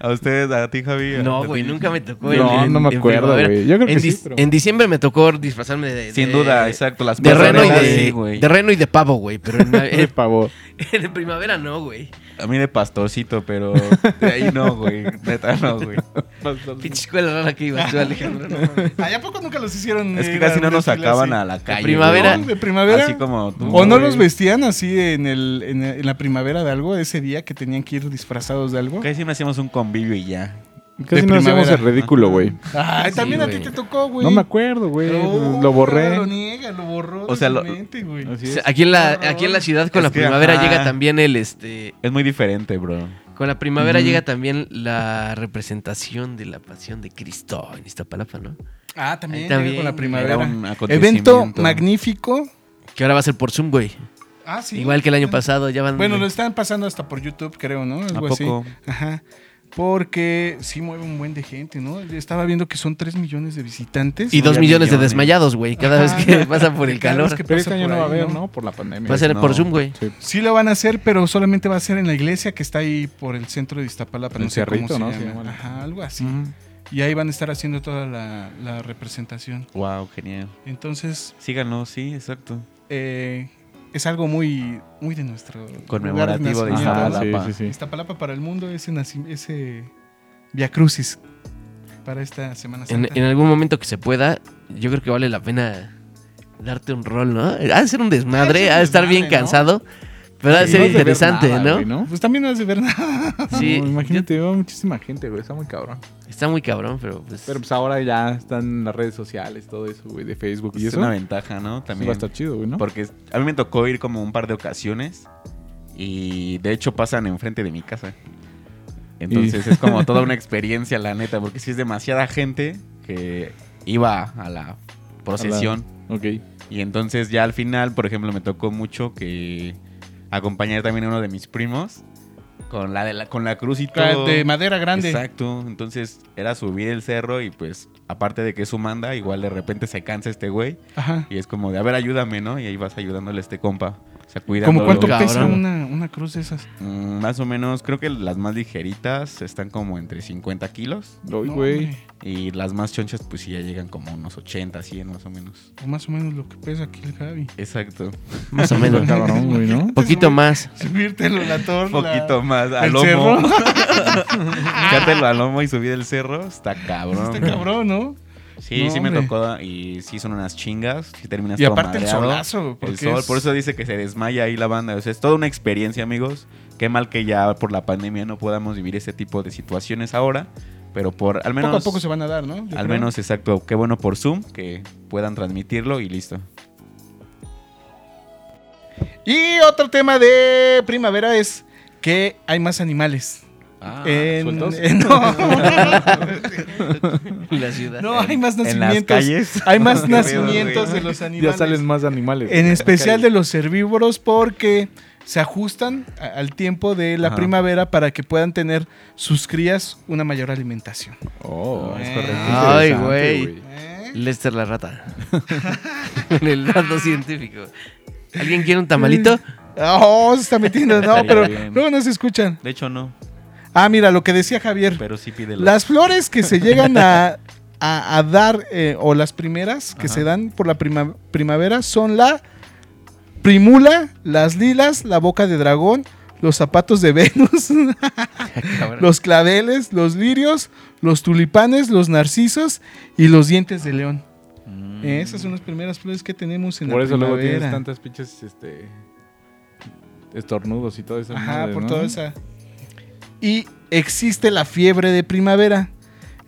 [SPEAKER 1] ¿A ustedes, a ti, Javi? a- a
[SPEAKER 2] No,
[SPEAKER 1] ti?
[SPEAKER 2] güey, nunca me tocó.
[SPEAKER 4] No, no me acuerdo,
[SPEAKER 2] primavera.
[SPEAKER 4] güey. Yo creo que
[SPEAKER 2] en
[SPEAKER 4] sí,
[SPEAKER 2] dis-
[SPEAKER 4] pero-
[SPEAKER 2] En diciembre me tocó disfrazarme de...
[SPEAKER 1] Sin
[SPEAKER 2] de-
[SPEAKER 1] duda, exacto. Las
[SPEAKER 2] De reno, y
[SPEAKER 1] pasarelas,
[SPEAKER 2] de,
[SPEAKER 1] sí, güey.
[SPEAKER 2] de reno y de pavo, güey. Pero en, la-
[SPEAKER 4] Me
[SPEAKER 2] en-
[SPEAKER 4] pavó.
[SPEAKER 2] en primavera no, güey.
[SPEAKER 1] A mí de pastorcito, pero de ahí no, güey. Neta, no, güey.
[SPEAKER 2] Pinche escuela rara que ibas tú, Alejandro. no mames.
[SPEAKER 3] Allá poco nunca los hicieron.
[SPEAKER 1] Es que
[SPEAKER 3] ir
[SPEAKER 1] casi
[SPEAKER 3] a
[SPEAKER 1] no
[SPEAKER 3] un
[SPEAKER 1] nos
[SPEAKER 3] desfile
[SPEAKER 1] sacaban
[SPEAKER 3] así?
[SPEAKER 1] a la calle.
[SPEAKER 2] primavera.
[SPEAKER 1] güey.
[SPEAKER 3] ¿De primavera?
[SPEAKER 1] Así como tú.
[SPEAKER 3] ¿O no
[SPEAKER 1] güey.
[SPEAKER 3] los vestían así en, el, en, en la primavera de algo, ese día que tenían que ir disfrazados de algo?
[SPEAKER 1] Casi siempre hacíamos un convivio y ya.
[SPEAKER 4] Casi
[SPEAKER 3] De
[SPEAKER 4] no hacemos
[SPEAKER 3] primavera.
[SPEAKER 4] el ridículo, güey.
[SPEAKER 3] Ay,
[SPEAKER 2] Sí,
[SPEAKER 3] también a ti
[SPEAKER 2] güey.
[SPEAKER 3] te tocó, güey.
[SPEAKER 4] No me acuerdo, güey.
[SPEAKER 3] No,
[SPEAKER 4] lo borré.
[SPEAKER 3] ahora Lo niega, lo borró.
[SPEAKER 1] O sea,
[SPEAKER 3] de su
[SPEAKER 1] lo- Ah,
[SPEAKER 3] mente, güey.
[SPEAKER 4] Así
[SPEAKER 2] O
[SPEAKER 4] es.
[SPEAKER 2] sea, aquí, en la, aquí en la ciudad con
[SPEAKER 1] Es
[SPEAKER 2] la
[SPEAKER 1] que,
[SPEAKER 2] primavera
[SPEAKER 1] ajá.
[SPEAKER 2] llega también el... este
[SPEAKER 1] Es muy diferente, bro.
[SPEAKER 2] Con la primavera
[SPEAKER 4] Ujú.
[SPEAKER 2] llega también la representación de la pasión de Cristo en Iztapalapa, ¿no?
[SPEAKER 3] Ah,
[SPEAKER 2] Ahí
[SPEAKER 3] también,
[SPEAKER 2] también,
[SPEAKER 3] llega con
[SPEAKER 2] güey.
[SPEAKER 3] la
[SPEAKER 1] Era
[SPEAKER 3] primavera.
[SPEAKER 1] un acontecimiento.
[SPEAKER 3] Evento magnífico.
[SPEAKER 2] Que ahora va a ser por Zoom, güey.
[SPEAKER 3] Ah, sí.
[SPEAKER 2] Igual que el año pasado, ya van...
[SPEAKER 3] Bueno, lo están pasando hasta por YouTube, creo, ¿no?
[SPEAKER 1] ¿A
[SPEAKER 3] Algo así.
[SPEAKER 1] poco?
[SPEAKER 3] Ajá. Porque sí mueve un buen de gente, ¿no? Estaba viendo que son 3 millones de visitantes.
[SPEAKER 2] Y dos
[SPEAKER 1] Ya
[SPEAKER 2] millones de
[SPEAKER 1] millones.
[SPEAKER 2] desmayados, güey, cada
[SPEAKER 3] Ajá.
[SPEAKER 2] vez que pasa por el
[SPEAKER 3] Cada
[SPEAKER 2] calor.
[SPEAKER 3] vez que
[SPEAKER 4] Pero este
[SPEAKER 3] pasa
[SPEAKER 4] año
[SPEAKER 3] por
[SPEAKER 4] no va a
[SPEAKER 3] ahí,
[SPEAKER 4] haber, ¿no? Por la pandemia.
[SPEAKER 2] Va a ser
[SPEAKER 1] No.
[SPEAKER 2] por Zoom, güey.
[SPEAKER 4] Sí.
[SPEAKER 3] Sí lo van a hacer, pero solamente va a ser en la iglesia que está ahí por el centro de Iztapalapa.
[SPEAKER 4] El
[SPEAKER 3] no sé cómo
[SPEAKER 4] Cerrito,
[SPEAKER 3] se
[SPEAKER 4] ¿no? Se
[SPEAKER 3] llama.
[SPEAKER 4] llama.
[SPEAKER 3] Ajá, algo así.
[SPEAKER 1] Mm.
[SPEAKER 3] Y ahí van a estar haciendo toda la, la representación.
[SPEAKER 1] Wow, genial.
[SPEAKER 3] Entonces,
[SPEAKER 1] Síganlo, sí, exacto.
[SPEAKER 3] eh, es algo muy, muy de nuestro lugar
[SPEAKER 1] Conmemorativo de
[SPEAKER 3] nacimiento,
[SPEAKER 4] Ajá,
[SPEAKER 3] ¿no?
[SPEAKER 1] Iztapalapa.
[SPEAKER 4] sí, sí, sí.
[SPEAKER 3] Iztapalapa para el mundo, ese, naci- ese Via Crucis para esta Semana
[SPEAKER 2] En,
[SPEAKER 3] Santa.
[SPEAKER 2] en algún momento que se pueda, yo creo que vale la pena darte un rol, ¿no? Ha de ser un
[SPEAKER 3] Ha de
[SPEAKER 2] desmadre,
[SPEAKER 3] ser
[SPEAKER 2] ha de estar bien
[SPEAKER 3] desmadre, ¿no?
[SPEAKER 2] cansado, pero ha de
[SPEAKER 4] Sí.
[SPEAKER 2] ser
[SPEAKER 4] No has de ver
[SPEAKER 2] interesante,
[SPEAKER 4] nada,
[SPEAKER 2] ¿no?
[SPEAKER 4] güey, ¿no?
[SPEAKER 3] Pues también no has de ver nada.
[SPEAKER 2] Sí,
[SPEAKER 4] No, imagínate, va muchísima gente, güey. Está muy cabrón.
[SPEAKER 2] yo- está muy cabrón, pero pues...
[SPEAKER 4] Pero pues ahora ya están las redes sociales, todo eso, güey, de Facebook y
[SPEAKER 1] Es
[SPEAKER 4] eso.
[SPEAKER 1] una ventaja, ¿no?
[SPEAKER 4] Pues, También.
[SPEAKER 1] También.
[SPEAKER 4] Va a estar chido, güey, ¿no?
[SPEAKER 1] Porque a mí me tocó ir como un par de ocasiones y de hecho pasan enfrente de mi casa. Entonces es como toda una experiencia, la neta, porque si es demasiada gente que iba a la procesión.
[SPEAKER 4] Ok.
[SPEAKER 1] Y entonces ya al final, por ejemplo, me tocó mucho que acompañar también a uno de mis primos con la, de la, con la cruz y todo.
[SPEAKER 3] De madera grande.
[SPEAKER 1] Exacto, entonces era subir el cerro y pues aparte de que su manda, igual de repente se cansa este güey
[SPEAKER 3] Ajá.
[SPEAKER 1] y es como de, a ver, ayúdame, ¿no? Y ahí vas ayudándole a este compa. O sea,
[SPEAKER 3] ¿Como
[SPEAKER 1] cuidándolo.
[SPEAKER 3] cuánto pesa
[SPEAKER 2] Cabrón.
[SPEAKER 3] una, una cruz de esas?
[SPEAKER 1] Mm, más o menos, creo que las más ligeritas están como entre 50 kilos.
[SPEAKER 4] Doy,
[SPEAKER 3] No,
[SPEAKER 4] güey.
[SPEAKER 3] hombre.
[SPEAKER 1] Y las más chonchas, pues sí, ya llegan como unos 80, 100 más o menos.
[SPEAKER 3] O más o menos lo que pesa aquí el Javi.
[SPEAKER 1] Exacto.
[SPEAKER 2] Más o
[SPEAKER 4] Está
[SPEAKER 2] menos. Un
[SPEAKER 4] cabrón, güey, ¿no?
[SPEAKER 2] poquito más.
[SPEAKER 3] Subírtelo la
[SPEAKER 1] Un
[SPEAKER 3] torre.
[SPEAKER 1] poquito más. Al
[SPEAKER 3] ¿El
[SPEAKER 1] lomo.
[SPEAKER 3] cerro?
[SPEAKER 1] Fíjatelo al lomo y subir el cerro. Está cabrón.
[SPEAKER 3] Está cabrón, ¿no?
[SPEAKER 1] Sí,
[SPEAKER 3] No,
[SPEAKER 1] sí me
[SPEAKER 3] hombre.
[SPEAKER 1] tocó. Y sí son unas chingas. Sí terminas
[SPEAKER 3] Y
[SPEAKER 1] todo
[SPEAKER 3] aparte el
[SPEAKER 1] madreado.
[SPEAKER 3] solazo.
[SPEAKER 1] El
[SPEAKER 3] Porque
[SPEAKER 1] sol,
[SPEAKER 3] es-
[SPEAKER 1] por eso dice que se desmaya ahí la banda. O sea, es toda una experiencia, amigos. Qué mal que ya por la pandemia no podamos vivir este tipo de situaciones ahora. Pero por al menos.
[SPEAKER 3] poco a poco se van a dar, ¿no? Yo
[SPEAKER 1] Al
[SPEAKER 3] creo.
[SPEAKER 1] menos, exacto. Qué bueno por Zoom que puedan transmitirlo y listo.
[SPEAKER 3] Y otro tema de primavera es que hay más animales.
[SPEAKER 1] Ah,
[SPEAKER 3] En-
[SPEAKER 4] ¿sueltos?
[SPEAKER 3] en- no,
[SPEAKER 2] La ciudad.
[SPEAKER 3] no, hay más
[SPEAKER 1] En las
[SPEAKER 3] nacimientos.
[SPEAKER 1] calles.
[SPEAKER 3] Hay más
[SPEAKER 1] Qué pedo,
[SPEAKER 3] nacimientos
[SPEAKER 1] güey.
[SPEAKER 3] de los animales.
[SPEAKER 4] Ya salen más animales.
[SPEAKER 3] En especial de los herbívoros porque se ajustan a- al tiempo de la
[SPEAKER 1] Ajá.
[SPEAKER 3] primavera para que puedan tener sus crías una mayor alimentación.
[SPEAKER 4] Oh, es
[SPEAKER 3] Eh.
[SPEAKER 4] correcto.
[SPEAKER 2] Ay,
[SPEAKER 4] Interesante,
[SPEAKER 2] güey. Lester la rata. Con el dato científico. ¿Alguien quiere un tamalito?
[SPEAKER 3] Oh, se está metiendo. No,
[SPEAKER 1] Estaría
[SPEAKER 3] pero
[SPEAKER 1] bien.
[SPEAKER 3] luego no se escuchan.
[SPEAKER 1] De hecho, no.
[SPEAKER 3] Ah, mira, lo que decía Javier.
[SPEAKER 1] Pero sí pide
[SPEAKER 3] Las flores que se llegan a, a- a dar, eh, o las primeras que
[SPEAKER 1] Ajá.
[SPEAKER 3] se dan por la prima- primavera, son la primula, las lilas, la boca de dragón, los zapatos de Venus,
[SPEAKER 2] Ah,
[SPEAKER 3] los claveles, los lirios, los tulipanes, los narcisos y los dientes de león.
[SPEAKER 1] Mm.
[SPEAKER 3] Eh, Esas son las primeras flores que tenemos en
[SPEAKER 4] Mm. Por
[SPEAKER 3] la
[SPEAKER 4] eso luego
[SPEAKER 3] primavera.
[SPEAKER 4] tienes tantas pinches, este... Estornudos y todo eso.
[SPEAKER 3] Ajá, por toda esa. Y existe la fiebre de primavera.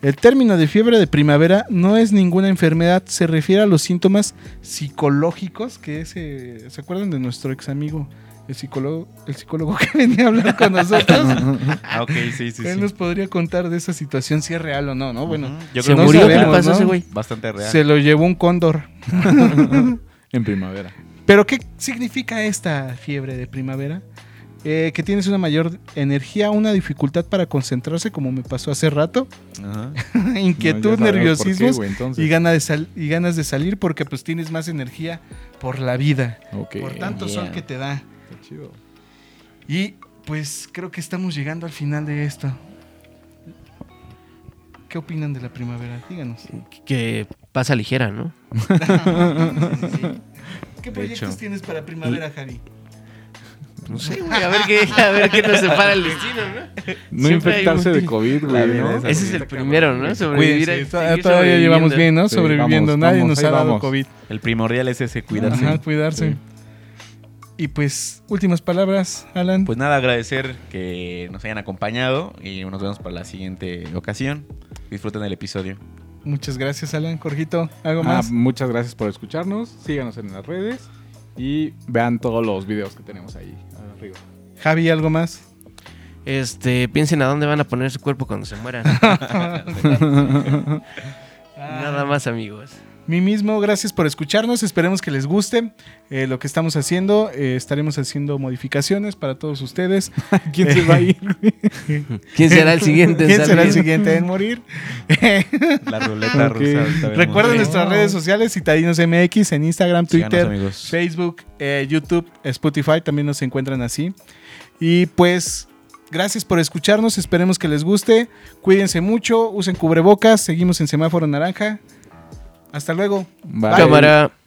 [SPEAKER 3] El término de fiebre de primavera no es ninguna enfermedad, se refiere a los síntomas psicológicos que ese, ¿se acuerdan de nuestro ex amigo? El psicólogo, el psicólogo que venía a hablar con nosotros.
[SPEAKER 1] Ah, ok, sí, sí,
[SPEAKER 3] Él
[SPEAKER 1] sí.
[SPEAKER 3] nos podría contar de esa situación, si es real o no, ¿no? Bueno,
[SPEAKER 1] Ujú. Yo
[SPEAKER 2] ¿Se
[SPEAKER 1] creo que
[SPEAKER 2] murió?
[SPEAKER 1] sí,
[SPEAKER 2] ¿Qué le
[SPEAKER 3] sabemos,
[SPEAKER 2] pasó a ese
[SPEAKER 3] ¿no?
[SPEAKER 2] güey?
[SPEAKER 1] Bastante real.
[SPEAKER 3] se lo llevó un cóndor.
[SPEAKER 4] En primavera.
[SPEAKER 3] ¿Pero qué significa esta fiebre de primavera? Eh, que tienes una mayor energía, una dificultad para concentrarse, como me pasó hace rato,
[SPEAKER 1] Ajá.
[SPEAKER 3] inquietud,
[SPEAKER 4] No, ya sabemos por qué,
[SPEAKER 3] nerviosismos
[SPEAKER 4] güey, entonces.
[SPEAKER 3] y, gana de sal- y ganas de salir porque pues tienes más energía por la vida,
[SPEAKER 4] Ok.
[SPEAKER 3] por tanto
[SPEAKER 2] bien.
[SPEAKER 3] sol que te da.
[SPEAKER 4] Está chido.
[SPEAKER 3] Y pues creo que estamos llegando al final de esto. ¿Qué opinan de la primavera? Díganos.
[SPEAKER 2] Que pasa ligera, ¿no?
[SPEAKER 3] ¿Qué
[SPEAKER 1] De
[SPEAKER 3] proyectos
[SPEAKER 1] hecho.
[SPEAKER 3] tienes para primavera, Javi?
[SPEAKER 2] No sé, güey. A ver qué, a ver qué nos separa el destino, ¿no? Siempre
[SPEAKER 4] No
[SPEAKER 2] hay
[SPEAKER 4] infectarse
[SPEAKER 2] un-
[SPEAKER 4] de COVID,
[SPEAKER 1] La
[SPEAKER 4] güey,
[SPEAKER 1] vida
[SPEAKER 4] ¿no?
[SPEAKER 1] es
[SPEAKER 2] Ese es el primero, ¿no? Sobrevivir.
[SPEAKER 3] Cuídense,
[SPEAKER 2] a-
[SPEAKER 3] to-
[SPEAKER 2] seguir
[SPEAKER 3] todavía llevamos
[SPEAKER 2] sobreviviendo.
[SPEAKER 3] bien, ¿no?
[SPEAKER 4] Sí,
[SPEAKER 3] Sobreviviendo.
[SPEAKER 4] vamos,
[SPEAKER 3] Nadie
[SPEAKER 4] vamos,
[SPEAKER 3] nos
[SPEAKER 4] ahí
[SPEAKER 3] ha dado
[SPEAKER 4] vamos.
[SPEAKER 3] COVID.
[SPEAKER 1] El primordial es ese, cuidarse.
[SPEAKER 3] Ajá, cuidarse.
[SPEAKER 4] Sí.
[SPEAKER 3] Y pues, últimas palabras, Alan.
[SPEAKER 1] Pues nada, agradecer que nos hayan acompañado y nos vemos para la siguiente ocasión. Disfruten el episodio.
[SPEAKER 3] Muchas gracias, Alan. Jorgito, ¿algo
[SPEAKER 4] Ah,
[SPEAKER 3] más?
[SPEAKER 4] muchas gracias por escucharnos. Síganos en las redes y vean todos los videos que tenemos ahí arriba.
[SPEAKER 3] Javi, ¿algo más?
[SPEAKER 2] Este, piensen a dónde van a poner su cuerpo cuando se mueran.
[SPEAKER 4] Ah.
[SPEAKER 2] Nada más, amigos.
[SPEAKER 3] Mi mismo, gracias por escucharnos. Esperemos que les guste eh, lo que estamos haciendo. Eh, estaremos haciendo modificaciones para todos ustedes. Eh,
[SPEAKER 4] ¿Quién se va a ir?
[SPEAKER 2] ¿Quién será el siguiente? en
[SPEAKER 3] ¿Quién será el
[SPEAKER 2] salir?
[SPEAKER 3] siguiente en morir?
[SPEAKER 1] La ruleta
[SPEAKER 4] Ok.
[SPEAKER 1] rusa. ahorita vemos.
[SPEAKER 3] Recuerden
[SPEAKER 4] Wow.
[SPEAKER 3] nuestras redes sociales, Citadinos MX, en Instagram,
[SPEAKER 1] Síganos,
[SPEAKER 3] Twitter,
[SPEAKER 1] amigos.
[SPEAKER 3] Facebook, eh, YouTube, Spotify, también nos encuentran así. Y pues, gracias por escucharnos, esperemos que les guste. Cuídense mucho, usen cubrebocas, seguimos en semáforo naranja. Hasta luego.
[SPEAKER 4] Bye.
[SPEAKER 2] Cámara.